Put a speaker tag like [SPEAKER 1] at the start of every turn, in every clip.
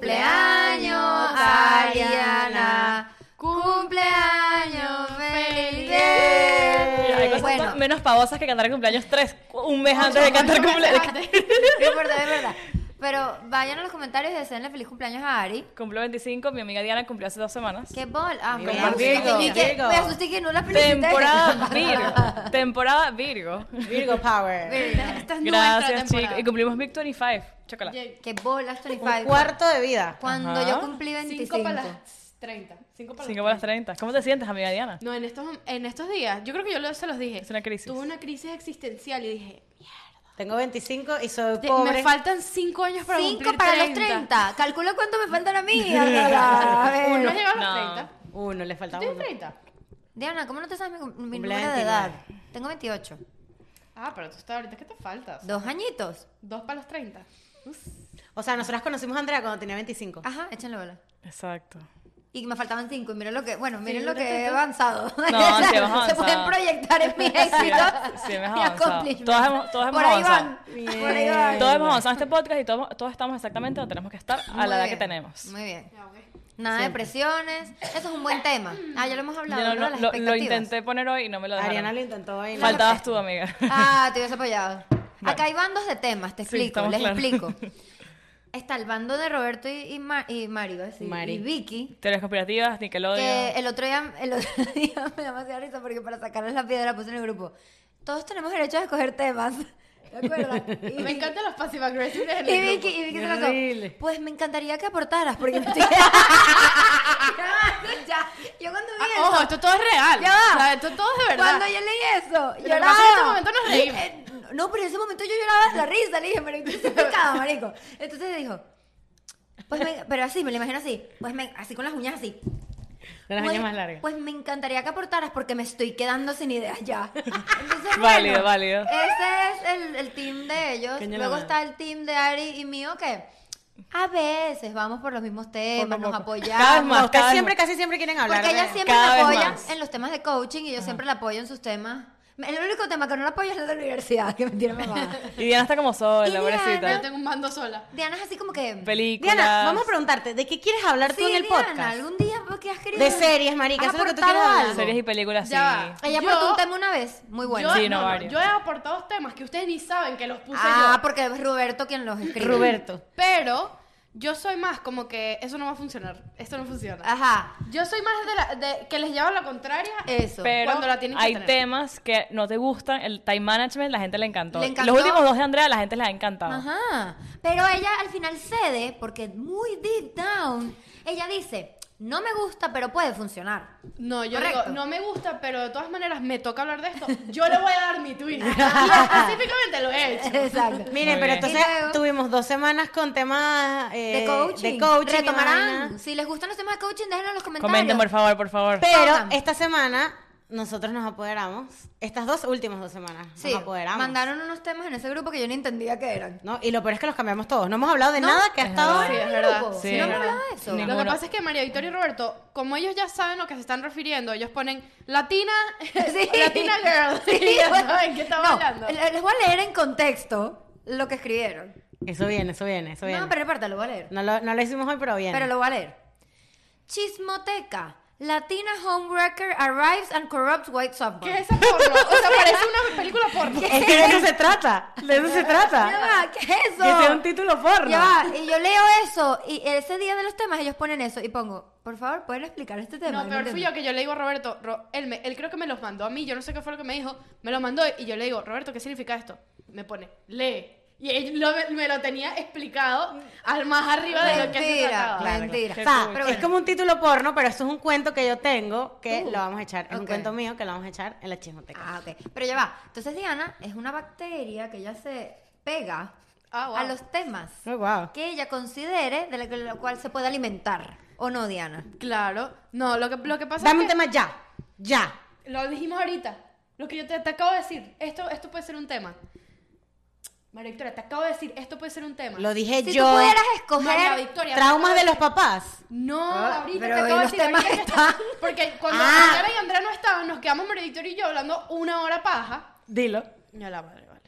[SPEAKER 1] Cumpleaños, Ariana. Cumpleaños,
[SPEAKER 2] Mira, hay
[SPEAKER 1] feliz.
[SPEAKER 2] cosas
[SPEAKER 1] Bueno,
[SPEAKER 2] más- menos pavosas que cantar cumpleaños tres, un mes antes de cantar
[SPEAKER 1] Mucho más
[SPEAKER 2] cumpleaños.
[SPEAKER 1] antes. No importa, es verdad. Pero vayan a los comentarios y deseenle feliz cumpleaños a Ari.
[SPEAKER 2] Cumplo 25, mi amiga Diana cumplió hace dos semanas.
[SPEAKER 1] ¡Qué bol! Ah, me
[SPEAKER 3] Mira,
[SPEAKER 1] asusté.
[SPEAKER 3] Virgo,
[SPEAKER 1] Y que-
[SPEAKER 3] Virgo.
[SPEAKER 1] Me asusté que no la felicité.
[SPEAKER 2] Temporada Virgo. Temporada Virgo.
[SPEAKER 3] Virgo Power.
[SPEAKER 1] Virgo.
[SPEAKER 4] Esta es nuestra
[SPEAKER 2] Gracias,
[SPEAKER 4] temporada.
[SPEAKER 2] chicas. Y cumplimos Big 25. Chocolate.
[SPEAKER 1] ¡Qué bolas,
[SPEAKER 3] Un
[SPEAKER 1] 25!
[SPEAKER 3] cuarto de vida.
[SPEAKER 1] Cuando
[SPEAKER 2] Ajá.
[SPEAKER 1] yo cumplí 25.
[SPEAKER 4] Cinco para las 30. Cinco para las
[SPEAKER 2] 5 para las 30. ¿Cómo te sientes, amiga Diana?
[SPEAKER 4] No, en estos, en estos días, yo creo que yo lo- se los dije.
[SPEAKER 2] Es una crisis.
[SPEAKER 4] Tuve una crisis existencial y dije,
[SPEAKER 3] Tengo 25 y soy
[SPEAKER 4] "Te-
[SPEAKER 3] pobre.
[SPEAKER 4] me faltan 5 años para
[SPEAKER 1] Cinco
[SPEAKER 4] cumplir
[SPEAKER 1] para
[SPEAKER 4] 30.
[SPEAKER 1] los 30. Calcula cuánto me faltan a mí. Ángela. A ver.
[SPEAKER 4] Uno ha llegado a los
[SPEAKER 2] No.
[SPEAKER 4] 30.
[SPEAKER 3] Uno, Uh, le faltaba
[SPEAKER 4] ¿Tienes
[SPEAKER 3] uno.
[SPEAKER 4] 30?
[SPEAKER 1] Diana, ¿cómo no te sabes mi, cum- mi
[SPEAKER 3] Cumple
[SPEAKER 1] número de
[SPEAKER 3] 29.
[SPEAKER 1] edad? Tengo 28.
[SPEAKER 4] Ah, pero tú estás ahorita, ¿qué te faltas?
[SPEAKER 1] ¿Dos añitos?
[SPEAKER 4] Dos para los 30.
[SPEAKER 3] O sea, nosotras conocimos a Andrea cuando tenía 25.
[SPEAKER 1] Ajá, échenle bola.
[SPEAKER 2] Exacto.
[SPEAKER 1] Y me faltaban cinco. Y miren lo que, bueno, miren lo
[SPEAKER 4] mira
[SPEAKER 1] que
[SPEAKER 4] que
[SPEAKER 1] he
[SPEAKER 4] tú-
[SPEAKER 1] avanzado.
[SPEAKER 2] sí,
[SPEAKER 1] O sea,
[SPEAKER 2] hemos
[SPEAKER 1] Se pueden
[SPEAKER 2] avanzado.
[SPEAKER 1] proyectar en mis éxitos.
[SPEAKER 2] sí, hemos
[SPEAKER 1] mi
[SPEAKER 2] avanzado.
[SPEAKER 1] accomplishment.
[SPEAKER 2] Todas hemos- todas hemos
[SPEAKER 1] Por ahí
[SPEAKER 2] avanzado.
[SPEAKER 1] van. Por ahí van.
[SPEAKER 2] Todos hemos avanzado en este podcast y todos, todos estamos exactamente donde tenemos que estar a
[SPEAKER 1] Muy
[SPEAKER 2] la edad
[SPEAKER 1] bien,
[SPEAKER 2] que tenemos.
[SPEAKER 1] Muy bien.
[SPEAKER 4] Ya, ok.
[SPEAKER 1] Nada de presiones. Eso es un buen tema. Ah, ya lo hemos hablado. ¿no?
[SPEAKER 2] Yo no-
[SPEAKER 1] Las
[SPEAKER 2] lo, lo
[SPEAKER 1] expectativas.
[SPEAKER 2] intenté poner hoy y no me lo dejaron.
[SPEAKER 3] Ariana lo intentó y no-
[SPEAKER 1] Falta-
[SPEAKER 2] Faltabas tú, amiga.
[SPEAKER 1] Ah, te hubiese apoyado. Acá hay bandos de temas, te
[SPEAKER 2] Sí,
[SPEAKER 1] explico,
[SPEAKER 2] estamos
[SPEAKER 1] les
[SPEAKER 2] claros.
[SPEAKER 1] explico. Está el bando de Roberto y, y, Ma- y Mari, iba a decir,
[SPEAKER 3] Mari.
[SPEAKER 1] y Vicky.
[SPEAKER 2] Teorías conspirativas, Nickelodeon.
[SPEAKER 1] Que el otro día, el otro día me da demasiada risa porque para sacarles la piedra puse en el grupo. Todos tenemos derecho a escoger temas. ¿Te acuerdas? Y,
[SPEAKER 4] Me encantan los passive aggressive en
[SPEAKER 1] y
[SPEAKER 4] el
[SPEAKER 1] Vicky,
[SPEAKER 4] grupo.
[SPEAKER 1] y Vicky se
[SPEAKER 3] Horrible.
[SPEAKER 1] lanzó, Pues me encantaría que aportaras porque no estoy-" Ya, Yo cuando vi
[SPEAKER 4] Ah,
[SPEAKER 1] eso.
[SPEAKER 4] ojo, esto todo es real.
[SPEAKER 1] Ya va.
[SPEAKER 4] O sea, esto todo es de verdad.
[SPEAKER 1] Cuando yo leí eso,
[SPEAKER 4] Pero
[SPEAKER 1] lloraba.
[SPEAKER 4] nosotros en este momento nos reímos.
[SPEAKER 1] Eh, no, pero en ese momento yo lloraba de la risa. Le dije, pero ¿qué se picaba, marico? Entonces dijo, pues me- pero así, me lo imagino así. Pues me- así con las uñas así.
[SPEAKER 3] De las
[SPEAKER 1] pues,
[SPEAKER 3] uñas más largas.
[SPEAKER 1] Pues me encantaría que aportaras porque me estoy quedando sin ideas ya. Entonces,
[SPEAKER 2] Válido,
[SPEAKER 1] bueno,
[SPEAKER 2] válido.
[SPEAKER 1] Ese es el, el team de ellos.
[SPEAKER 3] Coño, la
[SPEAKER 1] Luego
[SPEAKER 3] madre.
[SPEAKER 1] está el team de Ari y mío que a veces vamos por los mismos temas,
[SPEAKER 2] Poco a
[SPEAKER 1] nos
[SPEAKER 2] poco.
[SPEAKER 1] apoyamos.
[SPEAKER 2] Cada vez más,
[SPEAKER 3] No, ustedes
[SPEAKER 2] cada vez
[SPEAKER 3] siempre,
[SPEAKER 2] más.
[SPEAKER 3] casi siempre quieren hablar.
[SPEAKER 1] Porque
[SPEAKER 3] de-
[SPEAKER 1] ella siempre
[SPEAKER 2] cada
[SPEAKER 1] me
[SPEAKER 2] vez
[SPEAKER 1] apoya
[SPEAKER 2] más.
[SPEAKER 1] en los temas de coaching y yo siempre la apoyo en sus temas. El único tema que no la apoyo es el de la universidad, que me tiene mamá.
[SPEAKER 2] Y Diana está como sola,
[SPEAKER 1] Y Diana-
[SPEAKER 4] Yo
[SPEAKER 2] pobrecita.
[SPEAKER 4] tengo un mando sola.
[SPEAKER 1] Diana es así como que...
[SPEAKER 2] Películas.
[SPEAKER 3] Diana, vamos a preguntarte, ¿de qué quieres hablar
[SPEAKER 1] Sí,
[SPEAKER 3] tú en el
[SPEAKER 1] Diana,
[SPEAKER 3] podcast?
[SPEAKER 1] algún día porque has querido...
[SPEAKER 3] De series, marica,
[SPEAKER 1] ¿Has
[SPEAKER 3] eso es lo que tú
[SPEAKER 1] aportado
[SPEAKER 3] quieres hablar.
[SPEAKER 1] algo?
[SPEAKER 2] Series y películas, sí.
[SPEAKER 4] Ya va.
[SPEAKER 1] Ella
[SPEAKER 4] Yo-
[SPEAKER 1] aportó un tema una vez, muy bueno.
[SPEAKER 4] Yo,
[SPEAKER 2] Sí, no,
[SPEAKER 4] no, no,
[SPEAKER 2] varios.
[SPEAKER 4] yo he aportado temas que ustedes ni saben que los puse
[SPEAKER 1] ah,
[SPEAKER 4] yo.
[SPEAKER 1] porque es Roberto quien los escribe.
[SPEAKER 3] Roberto.
[SPEAKER 4] Pero yo soy más como que eso no va a funcionar. Esto no funciona.
[SPEAKER 1] Ajá,
[SPEAKER 4] Yo soy más de, la, de que les llevo la contraria. eh,
[SPEAKER 1] eso.
[SPEAKER 2] Pero
[SPEAKER 4] Cuando la tienen que
[SPEAKER 2] hay
[SPEAKER 4] tener.
[SPEAKER 2] temas que no te gustan. El time management, la gente le encantó.
[SPEAKER 1] Le encantó.
[SPEAKER 2] Los últimos dos de Andrea, la gente les ha encantado.
[SPEAKER 1] Ajá. Pero ella al final cede porque muy deep down. Ella dice, no me gusta, pero puede funcionar.
[SPEAKER 4] No, yo
[SPEAKER 1] Correcto.
[SPEAKER 4] digo, no me gusta, pero de todas maneras me toca hablar de esto. Yo le voy a dar mi twist. y específicamente lo he hecho.
[SPEAKER 1] Exacto.
[SPEAKER 3] Miren, pero
[SPEAKER 2] Muy bien.
[SPEAKER 3] entonces
[SPEAKER 1] Y luego-
[SPEAKER 3] tuvimos dos semanas con temas eh,
[SPEAKER 1] de coaching.
[SPEAKER 3] de coaching y
[SPEAKER 1] Retomarán.
[SPEAKER 3] vaina.
[SPEAKER 1] Si les gustan los temas de coaching, déjenlo en los comentarios.
[SPEAKER 2] Comenten, por favor, por favor.
[SPEAKER 3] Pero
[SPEAKER 1] Tocan.
[SPEAKER 3] esta semana nosotros nos apoderamos. Estas dos últimas dos semanas
[SPEAKER 1] Sí,
[SPEAKER 3] nos apoderamos.
[SPEAKER 1] mandaron unos temas en ese grupo que yo no entendía qué eran.
[SPEAKER 3] ¿no? Y lo peor es que los cambiamos todos. No hemos hablado de
[SPEAKER 1] No,
[SPEAKER 3] nada que hasta
[SPEAKER 4] Sí,
[SPEAKER 3] ahora.
[SPEAKER 4] es verdad.
[SPEAKER 1] grupo.
[SPEAKER 2] Sí,
[SPEAKER 4] Sí,
[SPEAKER 1] no
[SPEAKER 4] es
[SPEAKER 1] hemos
[SPEAKER 4] verdad.
[SPEAKER 1] hablado de eso.
[SPEAKER 2] Ni-
[SPEAKER 4] Lo que
[SPEAKER 2] Ninguno.
[SPEAKER 4] pasa es que María Victoria y Roberto, como ellos ya saben lo que se están refiriendo, ellos ponen Latina,
[SPEAKER 1] Sí.
[SPEAKER 4] Latina Girl.
[SPEAKER 1] Sí,
[SPEAKER 4] y ya
[SPEAKER 1] bueno.
[SPEAKER 4] saben qué estamos
[SPEAKER 1] No,
[SPEAKER 4] hablando.
[SPEAKER 1] le- Les voy a leer en contexto lo que escribieron.
[SPEAKER 3] Eso viene, eso viene, eso viene.
[SPEAKER 1] No, pero aparte lo voy a leer.
[SPEAKER 3] No lo, no lo hicimos hoy, pero viene.
[SPEAKER 1] Pero lo voy a leer. Chismoteca. Latina homewrecker arrives and corrupts white softball.
[SPEAKER 4] ¿Qué es esa porno? O sea, parece una película porno.
[SPEAKER 3] Es que de eso se trata. De eso se
[SPEAKER 1] Ya
[SPEAKER 3] trata.
[SPEAKER 1] va, ¿Qué es eso?
[SPEAKER 3] Que sea un título porno.
[SPEAKER 1] Ya va, y yo leo eso, y ese día de los temas ellos ponen eso, y pongo, por favor, ¿pueden explicar este tema?
[SPEAKER 4] No, peor fui
[SPEAKER 1] entiendo.
[SPEAKER 4] yo que yo le digo a Roberto, Ro- él, me- él creo que me los mandó a mí, yo no sé qué fue lo que me dijo, me lo mandó y yo le digo, Roberto, ¿qué significa esto? Me pone, lee. Y él lo- me lo tenía explicado al más arriba de lo que se
[SPEAKER 1] Mentira.
[SPEAKER 4] trataba.
[SPEAKER 1] Claro. Mentira.
[SPEAKER 3] O sea,
[SPEAKER 1] Pero
[SPEAKER 3] es
[SPEAKER 1] bueno.
[SPEAKER 3] como un título porno, pero esto es un cuento que yo tengo que
[SPEAKER 1] Tú.
[SPEAKER 3] lo vamos a echar. Es
[SPEAKER 1] Uh. Ok.
[SPEAKER 3] un cuento mío que lo vamos a echar en la chismoteca.
[SPEAKER 1] Ah, ok. Pero ya va. Entonces Diana es una bacteria que ya se pega
[SPEAKER 4] Ah, wow.
[SPEAKER 1] a los temas
[SPEAKER 3] Oh, wow.
[SPEAKER 1] que ella considere de la- de lo cual se puede alimentar. ¿O no, Diana?
[SPEAKER 4] Claro. No, lo que, lo que pasa
[SPEAKER 3] Dame un
[SPEAKER 4] es que
[SPEAKER 3] tema ya. Ya.
[SPEAKER 4] lo dijimos ahorita. Lo que yo te, te acabo de decir, esto, esto puede ser un tema. María Victoria, te acabo de decir, esto puede ser un tema.
[SPEAKER 3] Lo dije
[SPEAKER 1] Si
[SPEAKER 3] yo.
[SPEAKER 1] tú pudieras
[SPEAKER 4] María
[SPEAKER 1] escoger...
[SPEAKER 4] Victoria. te acabo
[SPEAKER 3] Traumas de
[SPEAKER 4] decir-
[SPEAKER 3] los papás.
[SPEAKER 4] No,
[SPEAKER 1] Ah,
[SPEAKER 4] ahorita
[SPEAKER 1] pero
[SPEAKER 4] te
[SPEAKER 1] hoy
[SPEAKER 4] acabo de
[SPEAKER 1] los
[SPEAKER 4] decir, ahorita
[SPEAKER 1] temas
[SPEAKER 4] que está-
[SPEAKER 1] están-
[SPEAKER 4] Porque cuando
[SPEAKER 3] Ah.
[SPEAKER 4] Andrea y Andrea no estaban, nos quedamos María Victoria y yo hablando una hora paja.
[SPEAKER 3] Dilo.
[SPEAKER 4] Ya la madre, vale.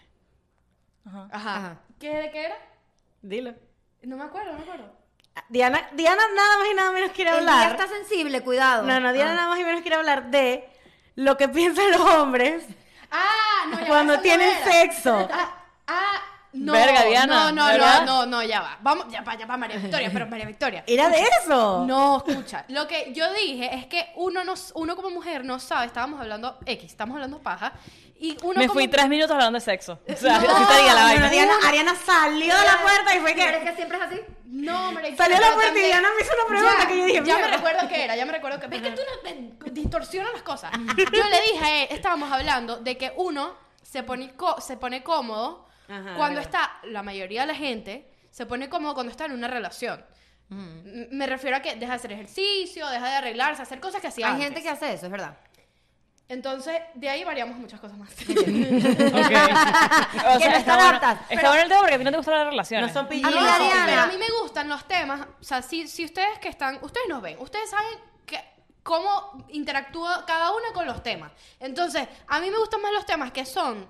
[SPEAKER 2] Ajá.
[SPEAKER 4] Ajá.
[SPEAKER 1] Ajá.
[SPEAKER 4] ¿Qué, ¿De qué era?
[SPEAKER 3] Dilo.
[SPEAKER 4] No me acuerdo, no me acuerdo.
[SPEAKER 3] Diana, Diana nada más y nada menos quiere
[SPEAKER 1] El día
[SPEAKER 3] hablar.
[SPEAKER 1] está sensible, cuidado.
[SPEAKER 3] No, no, Diana
[SPEAKER 1] Ah.
[SPEAKER 3] nada más y menos quiere hablar de lo que piensan los hombres
[SPEAKER 4] Ah, no, ya va,
[SPEAKER 3] cuando
[SPEAKER 4] esa
[SPEAKER 3] tienen
[SPEAKER 4] novela.
[SPEAKER 3] sexo.
[SPEAKER 4] Ah, ah, no.
[SPEAKER 2] Verga, Diana,
[SPEAKER 4] No, no,
[SPEAKER 2] ¿verdad?
[SPEAKER 4] no, no, no, ya va. Vamos, ya va, ya va, María Victoria, pero María Victoria.
[SPEAKER 3] Era de eso.
[SPEAKER 4] No, escucha. Lo que yo dije es que uno no, uno como mujer no sabe, estábamos hablando X, estamos hablando paja. Y uno
[SPEAKER 2] Me
[SPEAKER 4] como-
[SPEAKER 2] fui tres minutos hablando de sexo. O sea,
[SPEAKER 4] No,
[SPEAKER 2] así estaría la
[SPEAKER 3] No,
[SPEAKER 2] vaina.
[SPEAKER 3] no, Diana, Ariana salió de la puerta y fue
[SPEAKER 1] Pero es
[SPEAKER 3] que
[SPEAKER 1] que siempre es así?
[SPEAKER 4] No, María
[SPEAKER 3] salió de la
[SPEAKER 4] pero
[SPEAKER 3] puerta y
[SPEAKER 4] también-
[SPEAKER 3] Diana me hizo una pregunta
[SPEAKER 4] Ya,
[SPEAKER 3] que yo dije,
[SPEAKER 4] ya me
[SPEAKER 3] "Mierda".
[SPEAKER 4] recuerdo que era, ya me recuerdo que. Es que tú no, te- distorsionas las cosas. Yo le dije a él, estábamos hablando de que uno se pone, co- se pone cómodo
[SPEAKER 3] Ajá,
[SPEAKER 4] cuando
[SPEAKER 3] verdad.
[SPEAKER 4] está, la mayoría de la gente se pone cómodo cuando está en una relación. M- Me refiero a que deja de hacer ejercicio, deja de arreglarse, hacer cosas que hacía
[SPEAKER 1] Hay
[SPEAKER 4] antes.
[SPEAKER 1] gente que hace eso, es verdad.
[SPEAKER 4] Entonces, de ahí variamos muchas cosas más.
[SPEAKER 2] Ok. O
[SPEAKER 1] Que no
[SPEAKER 2] sea,
[SPEAKER 1] están
[SPEAKER 2] está bueno,
[SPEAKER 1] aptas,
[SPEAKER 2] está
[SPEAKER 1] pero-
[SPEAKER 2] bueno el tema porque a ti no te gustan las relaciones.
[SPEAKER 3] No son pillos.
[SPEAKER 1] Amiga
[SPEAKER 4] No,
[SPEAKER 1] Diana.
[SPEAKER 4] pero a mí me gustan los temas. O sea, si, si ustedes que están, ustedes nos ven, ustedes saben que, cómo interactúa cada una con los temas. Entonces, a mí me gustan más los temas que son,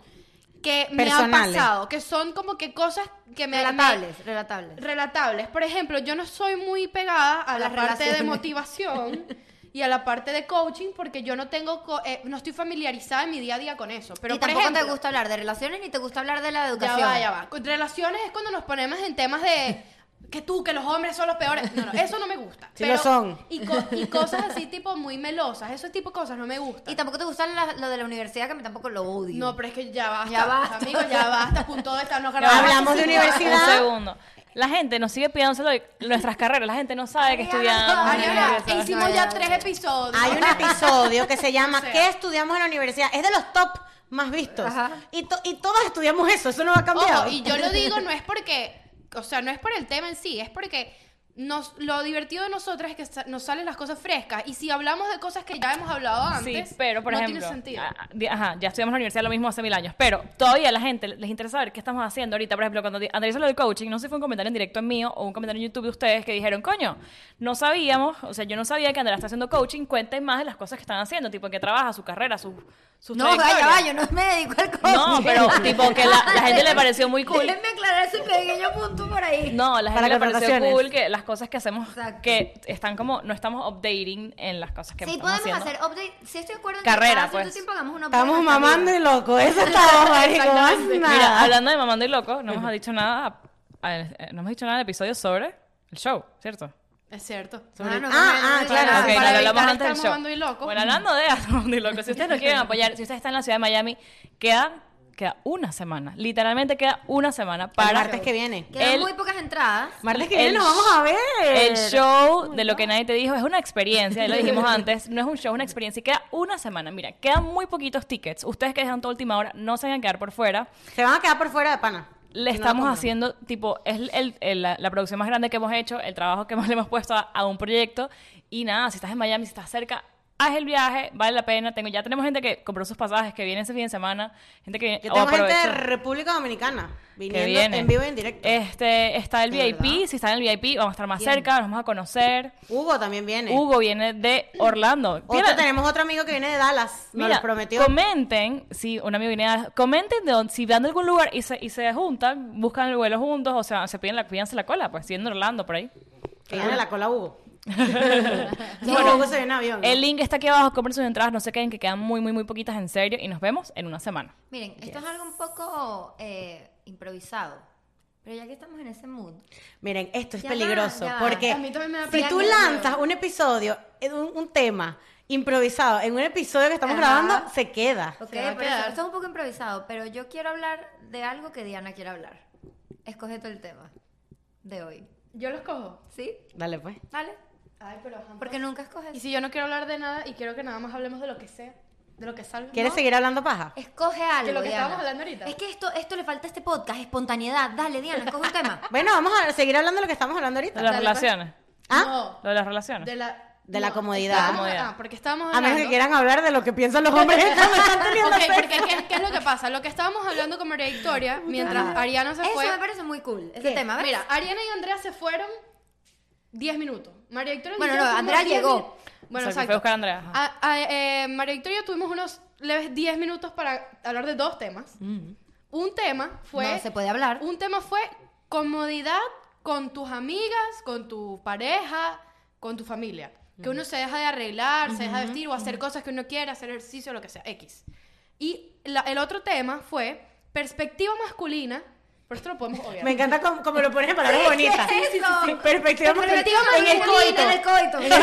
[SPEAKER 4] que me han
[SPEAKER 3] Personales.
[SPEAKER 4] pasado, que son como que cosas que me...
[SPEAKER 1] Relatables,
[SPEAKER 4] me-
[SPEAKER 1] relatables.
[SPEAKER 4] relatables. Por ejemplo, yo no soy muy pegada a, la
[SPEAKER 1] las
[SPEAKER 4] parte de
[SPEAKER 1] relaciones.
[SPEAKER 4] motivación. Y a la parte de coaching, porque yo no tengo, co- eh, no estoy familiarizada en mi día a día con eso. Pero
[SPEAKER 1] y
[SPEAKER 4] por
[SPEAKER 1] tampoco te
[SPEAKER 4] ejemplo-
[SPEAKER 1] gusta hablar de relaciones ni te gusta hablar de la
[SPEAKER 4] ya
[SPEAKER 1] educación.
[SPEAKER 4] va, ya va. Con Relaciones es cuando nos ponemos en temas de que tú, que los hombres son los peores. No, no, eso no me gusta.
[SPEAKER 3] Sí lo son.
[SPEAKER 4] Y, co- y cosas así tipo muy melosas. Ese tipo de cosas no me gustan.
[SPEAKER 1] Y tampoco te gusta la- lo de la universidad, que a mí tampoco lo odio.
[SPEAKER 4] no, pero es que ya basta.
[SPEAKER 1] Ya basta.
[SPEAKER 4] Amigos, ya basta. Punto de estarnos
[SPEAKER 2] Ya va,
[SPEAKER 4] grabando.
[SPEAKER 3] Hablamos de universidad.
[SPEAKER 2] Un segundo. La gente nos sigue pidiéndoselo de nuestras carreras. La gente no sabe que estudiamos.
[SPEAKER 1] Mariana,
[SPEAKER 2] no
[SPEAKER 4] Mariana,
[SPEAKER 2] sabe.
[SPEAKER 4] hicimos ya tres episodios.
[SPEAKER 3] Hay un episodio que se llama
[SPEAKER 4] O sea.
[SPEAKER 3] ¿Qué estudiamos en la universidad? Es de los top más vistos.
[SPEAKER 1] Ajá.
[SPEAKER 3] Y, to- y todos estudiamos eso, eso no va a cambiar.
[SPEAKER 4] Ojo, y yo lo digo no es porque, o sea, no es por el tema en sí, es porque nos, lo divertido de nosotras es que sa- nos salen las cosas frescas. Y si hablamos de cosas que ya hemos hablado antes,
[SPEAKER 2] Sí, pero por
[SPEAKER 4] no
[SPEAKER 2] ejemplo,
[SPEAKER 4] tiene sentido.
[SPEAKER 2] a- a- di- ajá, ya estudiamos en la universidad lo mismo hace mil años, pero todavía a la gente les interesa saber qué estamos haciendo ahorita. Por ejemplo, cuando di- Andrés habló del coaching, no sé si fue un comentario en directo en mío o un comentario en YouTube de ustedes que dijeron, coño, no sabíamos, o sea, yo no sabía que Andrés está haciendo coaching, cuenten más de las cosas que están haciendo, tipo en qué trabaja, su carrera, sus sus
[SPEAKER 1] No, vaya,
[SPEAKER 2] trayectorias".
[SPEAKER 1] vaya, yo no me dedico al coche.
[SPEAKER 2] No, pero tipo que la, la gente le pareció muy cool.
[SPEAKER 1] Déjenme aclarar ese pequeño punto por ahí.
[SPEAKER 2] No, la
[SPEAKER 3] Para
[SPEAKER 2] gente le pareció
[SPEAKER 3] contrataciones.
[SPEAKER 2] cool que las cosas que hacemos
[SPEAKER 1] Exacto.
[SPEAKER 2] que están como, no estamos updating en las cosas que
[SPEAKER 1] sí,
[SPEAKER 2] estamos
[SPEAKER 1] podemos
[SPEAKER 2] haciendo.
[SPEAKER 1] hacer update. Si estoy de acuerdo en
[SPEAKER 2] Carrera,
[SPEAKER 1] que cada cierto
[SPEAKER 2] pues.
[SPEAKER 1] tiempo hagamos una update
[SPEAKER 3] Estamos
[SPEAKER 1] en nuestra
[SPEAKER 3] mamando
[SPEAKER 1] vida.
[SPEAKER 3] y loco, eso estamos, marico, más
[SPEAKER 4] Exactamente.
[SPEAKER 3] nada.
[SPEAKER 2] Mira, hablando de Mamando y Loco, no hemos dicho nada, a- eh, no hemos dicho nada del episodio sobre el show, ¿cierto?
[SPEAKER 4] Es cierto.
[SPEAKER 1] Ah, no,
[SPEAKER 3] Ah,
[SPEAKER 1] no, no,
[SPEAKER 3] ah,
[SPEAKER 1] no, no,
[SPEAKER 3] claro,
[SPEAKER 2] ok,
[SPEAKER 1] no,
[SPEAKER 2] lo
[SPEAKER 4] para evitar
[SPEAKER 2] hablamos
[SPEAKER 4] estar
[SPEAKER 2] antes del show.
[SPEAKER 4] Mamando y Loco.
[SPEAKER 2] Bueno, hablando de Mamando y Loco, si ustedes nos quieren apoyar, si ustedes están en la ciudad de Miami, queda, queda una semana, literalmente queda una semana para...
[SPEAKER 3] el martes que viene.
[SPEAKER 1] Quedan
[SPEAKER 2] El-
[SPEAKER 1] muy pocas entradas.
[SPEAKER 3] Martes que
[SPEAKER 2] el
[SPEAKER 3] viene nos vamos a ver.
[SPEAKER 2] El show de lo que nadie te dijo es una experiencia, ya lo dijimos antes, no es un show, es una experiencia y queda una semana. Mira, quedan muy poquitos tickets. Ustedes que dejan toda última hora no se van a quedar por fuera.
[SPEAKER 3] Se van a quedar por fuera de pana.
[SPEAKER 2] Le
[SPEAKER 3] No
[SPEAKER 2] estamos
[SPEAKER 3] compran.
[SPEAKER 2] haciendo, tipo, es el- el- la, la producción más grande que hemos hecho, el trabajo que más le hemos puesto a, a un proyecto. Y nada, si estás en Miami, si estás cerca, haz el viaje, vale la pena. Tengo, ya tenemos gente que compró sus pasajes, que viene ese fin de semana, gente que
[SPEAKER 3] Yo
[SPEAKER 2] o
[SPEAKER 3] tengo gente de
[SPEAKER 2] aprovechó,
[SPEAKER 3] República Dominicana
[SPEAKER 2] que
[SPEAKER 3] viniendo
[SPEAKER 2] viene.
[SPEAKER 3] en vivo e y en directo.
[SPEAKER 2] Este, está el
[SPEAKER 1] ¿De
[SPEAKER 2] VIP,
[SPEAKER 1] verdad?
[SPEAKER 2] si está en el VIP, vamos a estar más
[SPEAKER 1] ¿Quién?
[SPEAKER 2] cerca, nos vamos a conocer.
[SPEAKER 3] Hugo también viene.
[SPEAKER 2] Hugo viene de Orlando.
[SPEAKER 3] Otro,
[SPEAKER 2] Mira,
[SPEAKER 3] tenemos otro amigo que viene de Dallas. Nos
[SPEAKER 2] mira,
[SPEAKER 3] lo prometió.
[SPEAKER 2] comenten, si un amigo viene a- comenten de dónde- si van de algún lugar y se, y se juntan, buscan el vuelo juntos, o sea, se piden la, pídanse la cola, pues, siendo Orlando por ahí.
[SPEAKER 3] Que viene la cola Hugo. bueno, Hugo se viene en avión.
[SPEAKER 2] El link está aquí abajo, compren sus entradas, no se queden, que quedan muy, muy, muy poquitas en serio, y nos vemos en una semana.
[SPEAKER 1] Miren, esto es algo un poco eh, improvisado. Pero ya que estamos en ese mood.
[SPEAKER 3] Miren, esto es
[SPEAKER 1] Ya va,
[SPEAKER 3] peligroso
[SPEAKER 1] ya va.
[SPEAKER 3] porque
[SPEAKER 4] A mí también me da
[SPEAKER 3] si
[SPEAKER 4] pena.
[SPEAKER 3] tú lanzas un episodio, eh, un, un tema improvisado en un episodio que estamos
[SPEAKER 1] Ajá.
[SPEAKER 3] grabando, se queda.
[SPEAKER 1] Ok,
[SPEAKER 4] va a
[SPEAKER 1] por eso,
[SPEAKER 4] quedar.
[SPEAKER 1] esto es un poco improvisado, pero yo quiero hablar de algo que Diana quiere hablar. Escoge tú el tema de hoy.
[SPEAKER 4] Yo los cojo.
[SPEAKER 1] ¿Sí?
[SPEAKER 3] Dale pues.
[SPEAKER 1] ¿Vale?
[SPEAKER 4] Ay, pero
[SPEAKER 1] Porque nunca escoges.
[SPEAKER 4] Y si yo no quiero hablar de nada y quiero que nada más hablemos de lo que sea, de lo que salga.
[SPEAKER 3] ¿Quieres
[SPEAKER 4] ¿no? Eh,
[SPEAKER 3] seguir hablando paja?
[SPEAKER 1] Escoge algo.
[SPEAKER 4] lo que
[SPEAKER 1] Diana.
[SPEAKER 4] estábamos hablando ahorita.
[SPEAKER 1] Es que esto, esto le falta a este podcast, espontaneidad. Dale, Diana, escoge un tema.
[SPEAKER 3] Bueno, vamos a seguir hablando de lo que estamos hablando
[SPEAKER 2] Lo
[SPEAKER 3] ahorita.
[SPEAKER 2] de las
[SPEAKER 4] Dale, pues.
[SPEAKER 2] relaciones.
[SPEAKER 3] ¿Ah?
[SPEAKER 2] Lo de las relaciones.
[SPEAKER 4] No, de la,
[SPEAKER 3] De la
[SPEAKER 4] no,
[SPEAKER 3] comodidad.
[SPEAKER 4] estábamos-
[SPEAKER 2] Comodidad.
[SPEAKER 4] ah, porque estábamos
[SPEAKER 3] A
[SPEAKER 4] hablando.
[SPEAKER 3] menos que quieran hablar de lo que piensan los hombres cuando están teniendo
[SPEAKER 4] Ok,
[SPEAKER 3] sexo.
[SPEAKER 4] porque ¿qué, qué es lo que pasa? Lo que estábamos hablando con María Victoria mientras
[SPEAKER 1] Ajá.
[SPEAKER 4] Ariana se
[SPEAKER 1] Eso
[SPEAKER 4] fue.
[SPEAKER 1] me parece muy cool, ese
[SPEAKER 3] ¿Qué?
[SPEAKER 1] tema. ¿ves?
[SPEAKER 4] Mira, Ariana y Andrea se fueron 10 minutos. María Victoria. y
[SPEAKER 1] Bueno,
[SPEAKER 4] yo
[SPEAKER 1] no,
[SPEAKER 4] tuvimos
[SPEAKER 1] Andrea
[SPEAKER 4] 10
[SPEAKER 1] llegó.
[SPEAKER 4] minutos. Bueno,
[SPEAKER 2] O sea, que
[SPEAKER 4] exacto.
[SPEAKER 2] fue a buscar a Andrea, ajá.
[SPEAKER 4] A- a- eh, María Victoria tuvimos unos leves 10 minutos para hablar de dos temas. Un tema fue.
[SPEAKER 1] No, Mm. se puede hablar.
[SPEAKER 4] Un tema fue comodidad con tus amigas, con tu pareja, con tu familia. Que
[SPEAKER 1] Mm.
[SPEAKER 4] uno se deja de arreglar, se deja de vestir o hacer cosas que uno quiere, hacer ejercicio, lo que sea, X. Y la- el otro tema fue perspectiva masculina, pero esto lo podemos obviar.
[SPEAKER 3] Me encanta como, como lo pones en palabras bonitas.
[SPEAKER 1] ¿Qué es eso?
[SPEAKER 3] Perspectiva
[SPEAKER 1] Perspectiva
[SPEAKER 3] masculina en el
[SPEAKER 1] masculina,
[SPEAKER 3] coito.
[SPEAKER 1] En el coito.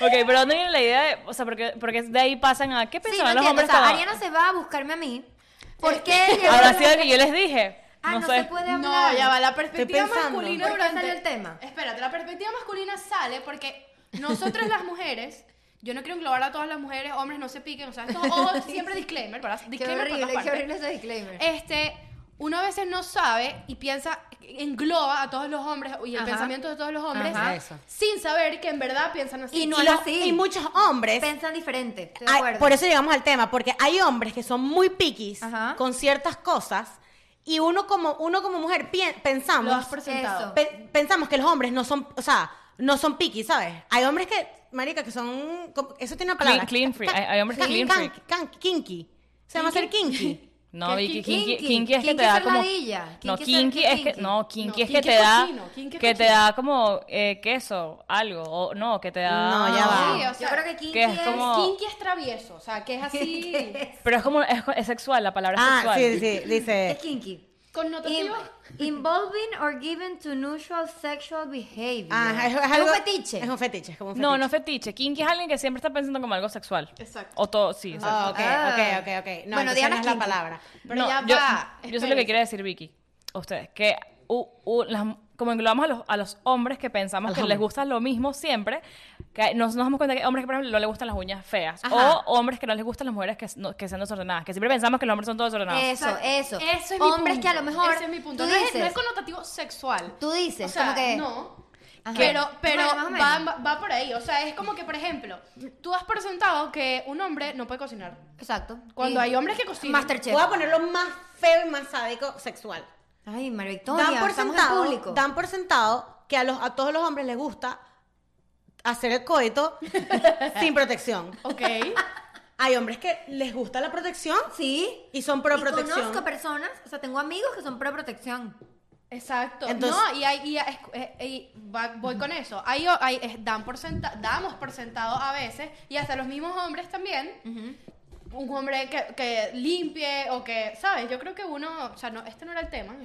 [SPEAKER 2] Ok, pero ¿dónde viene la idea de.? O sea, porque, porque de ahí pasan a. ¿Qué
[SPEAKER 1] Sí, no
[SPEAKER 2] pensaban los
[SPEAKER 1] entiendo.
[SPEAKER 2] hombres
[SPEAKER 1] o sea,
[SPEAKER 2] cuando-
[SPEAKER 1] Ariana se va a buscarme a mí.
[SPEAKER 4] Eh,
[SPEAKER 1] ¿Por qué? llegó
[SPEAKER 2] Habrá
[SPEAKER 1] la-
[SPEAKER 2] sido que yo les dije.
[SPEAKER 1] Ah, no,
[SPEAKER 2] no sé.
[SPEAKER 1] se puede hablar.
[SPEAKER 4] No, ya va, la perspectiva
[SPEAKER 3] pensando.
[SPEAKER 4] masculina
[SPEAKER 1] ¿Por qué
[SPEAKER 4] durante...
[SPEAKER 1] sale el tema?
[SPEAKER 4] Espérate, la perspectiva masculina sale porque nosotras las mujeres, yo no quiero englobar a todas las mujeres, hombres no se piquen, o sea, esto oh, siempre disclaimer, ¿verdad?
[SPEAKER 1] Qué
[SPEAKER 4] Disclaimer por
[SPEAKER 1] horrible,
[SPEAKER 4] todas
[SPEAKER 1] qué
[SPEAKER 4] partes.
[SPEAKER 1] horrible ese disclaimer.
[SPEAKER 4] Este, uno a veces no sabe y piensa, engloba a todos los hombres y el
[SPEAKER 1] Ajá.
[SPEAKER 4] pensamiento de todos los hombres
[SPEAKER 1] Ajá.
[SPEAKER 3] Eso.
[SPEAKER 4] sin saber que en verdad piensan así.
[SPEAKER 1] Y no
[SPEAKER 3] Y
[SPEAKER 1] es
[SPEAKER 3] los-
[SPEAKER 1] así.
[SPEAKER 3] Y muchos hombres
[SPEAKER 1] Piensan diferente. Estoy de
[SPEAKER 3] Ay,
[SPEAKER 1] acuerdo.
[SPEAKER 3] por eso llegamos al tema, porque hay hombres que son muy piquis
[SPEAKER 1] Ajá.
[SPEAKER 3] con ciertas cosas y uno como, uno como mujer pien-
[SPEAKER 4] lo has
[SPEAKER 3] pensamos,
[SPEAKER 4] presentado.
[SPEAKER 1] Eso.
[SPEAKER 3] pe- pensamos que los hombres no son, o sea, no son piquis, ¿sabes? Hay hombres que, marica, que son, como- eso tiene una palabra.
[SPEAKER 2] Clean, clean free.
[SPEAKER 3] Ca-
[SPEAKER 2] Hay- hay hombres
[SPEAKER 3] can-
[SPEAKER 2] clean
[SPEAKER 3] can-
[SPEAKER 2] freak.
[SPEAKER 3] can- kinky. Se llama ser kinky.
[SPEAKER 2] No,
[SPEAKER 4] ¿Qué es
[SPEAKER 2] Vicky,
[SPEAKER 1] kinky?
[SPEAKER 2] kinky, kinky es que
[SPEAKER 1] Kinky
[SPEAKER 2] te da
[SPEAKER 1] es
[SPEAKER 2] como.
[SPEAKER 1] ladilla.
[SPEAKER 2] No,
[SPEAKER 1] Kinky es el
[SPEAKER 2] kinky es que.
[SPEAKER 1] kinky.
[SPEAKER 2] No, kinky
[SPEAKER 4] No,
[SPEAKER 2] es que
[SPEAKER 4] kinky
[SPEAKER 2] te da.
[SPEAKER 4] cochino, kinky es
[SPEAKER 2] Que te
[SPEAKER 4] cochino.
[SPEAKER 2] da como eh, queso, algo. O no, que te da. Ah.
[SPEAKER 3] No, ya va.
[SPEAKER 4] Sí, o
[SPEAKER 1] Yo
[SPEAKER 4] sea,
[SPEAKER 1] creo que kinky
[SPEAKER 2] que es como-
[SPEAKER 4] Kinky es travieso, o sea, que es así...
[SPEAKER 1] ¿Qué
[SPEAKER 2] Pero es como. Es, es sexual, la palabra es
[SPEAKER 3] Ah,
[SPEAKER 2] sexual.
[SPEAKER 3] sí, sí,
[SPEAKER 1] es
[SPEAKER 3] dice.
[SPEAKER 1] kinky. Im-
[SPEAKER 4] Connotativo.
[SPEAKER 1] involving or given to unusual sexual behavior.
[SPEAKER 3] Ah, es, es
[SPEAKER 1] Es
[SPEAKER 3] algo-
[SPEAKER 1] un fetiche.
[SPEAKER 3] Es un fetiche, es como un fetiche.
[SPEAKER 2] No, no fetiche. Kinky es alguien que siempre está pensando como algo sexual.
[SPEAKER 4] Exacto.
[SPEAKER 2] O todo, sí, exacto.
[SPEAKER 3] Ah, ok,
[SPEAKER 1] Ah.
[SPEAKER 3] ok, ok, ok. No,
[SPEAKER 1] Bueno,
[SPEAKER 3] bueno,
[SPEAKER 1] Diana
[SPEAKER 3] no es la
[SPEAKER 1] kinky.
[SPEAKER 3] palabra.
[SPEAKER 4] Pero
[SPEAKER 2] No,
[SPEAKER 4] ya
[SPEAKER 2] yo,
[SPEAKER 4] va.
[SPEAKER 2] yo sé lo que
[SPEAKER 4] espérense.
[SPEAKER 2] quiere decir Vicky. a Ustedes, que u- u- las- como englobamos a los, a los hombres que pensamos que les gusta lo mismo siempre, que nos, nos damos cuenta que hay hombres que, por ejemplo, no les gustan las uñas feas.
[SPEAKER 3] Ajá.
[SPEAKER 2] O hombres que no les gustan las mujeres que, s- no- que sean desordenadas. Que siempre pensamos que los hombres son todos desordenados.
[SPEAKER 1] Eso, eso.
[SPEAKER 4] Eso es mi
[SPEAKER 1] Hombres
[SPEAKER 4] punto.
[SPEAKER 1] que a lo mejor.
[SPEAKER 4] Ese es mi punto.
[SPEAKER 1] Tú
[SPEAKER 4] no,
[SPEAKER 1] dices,
[SPEAKER 4] es, no es connotativo sexual.
[SPEAKER 1] tú dices
[SPEAKER 4] o sea,
[SPEAKER 1] como que.
[SPEAKER 4] no.
[SPEAKER 1] Ajá.
[SPEAKER 4] Pero, pero
[SPEAKER 1] Bueno, más o menos.
[SPEAKER 4] va, va- va por ahí. O sea, es como que, por ejemplo, tú has presentado que un hombre no puede cocinar.
[SPEAKER 1] Exacto.
[SPEAKER 4] Cuando
[SPEAKER 1] Y-
[SPEAKER 4] hay hombres que cocinan.
[SPEAKER 1] Masterchef.
[SPEAKER 3] Voy a ponerlo más feo y más sádico sexual.
[SPEAKER 1] Ay, María Victoria.
[SPEAKER 3] dan por
[SPEAKER 1] estamos
[SPEAKER 3] sentado,
[SPEAKER 1] en público.
[SPEAKER 3] dan por sentado que a los a todos los hombres les gusta hacer el coito sin protección.
[SPEAKER 4] Ok.
[SPEAKER 3] Hay hombres que les gusta la protección
[SPEAKER 1] Sí.
[SPEAKER 3] y son
[SPEAKER 1] Pero
[SPEAKER 3] pro protección.
[SPEAKER 1] conozco personas, o sea, tengo amigos que son pro protección.
[SPEAKER 4] Exacto.
[SPEAKER 3] Entonces-
[SPEAKER 4] no, y, hay, y hay- es- y va- voy con eso. Hay, o- hay- es- dan por senta- damos por sentado a veces, y hasta los mismos hombres también, un hombre que, que limpie o que, ¿sabes? Yo creo que uno, o sea, no, este no era el tema,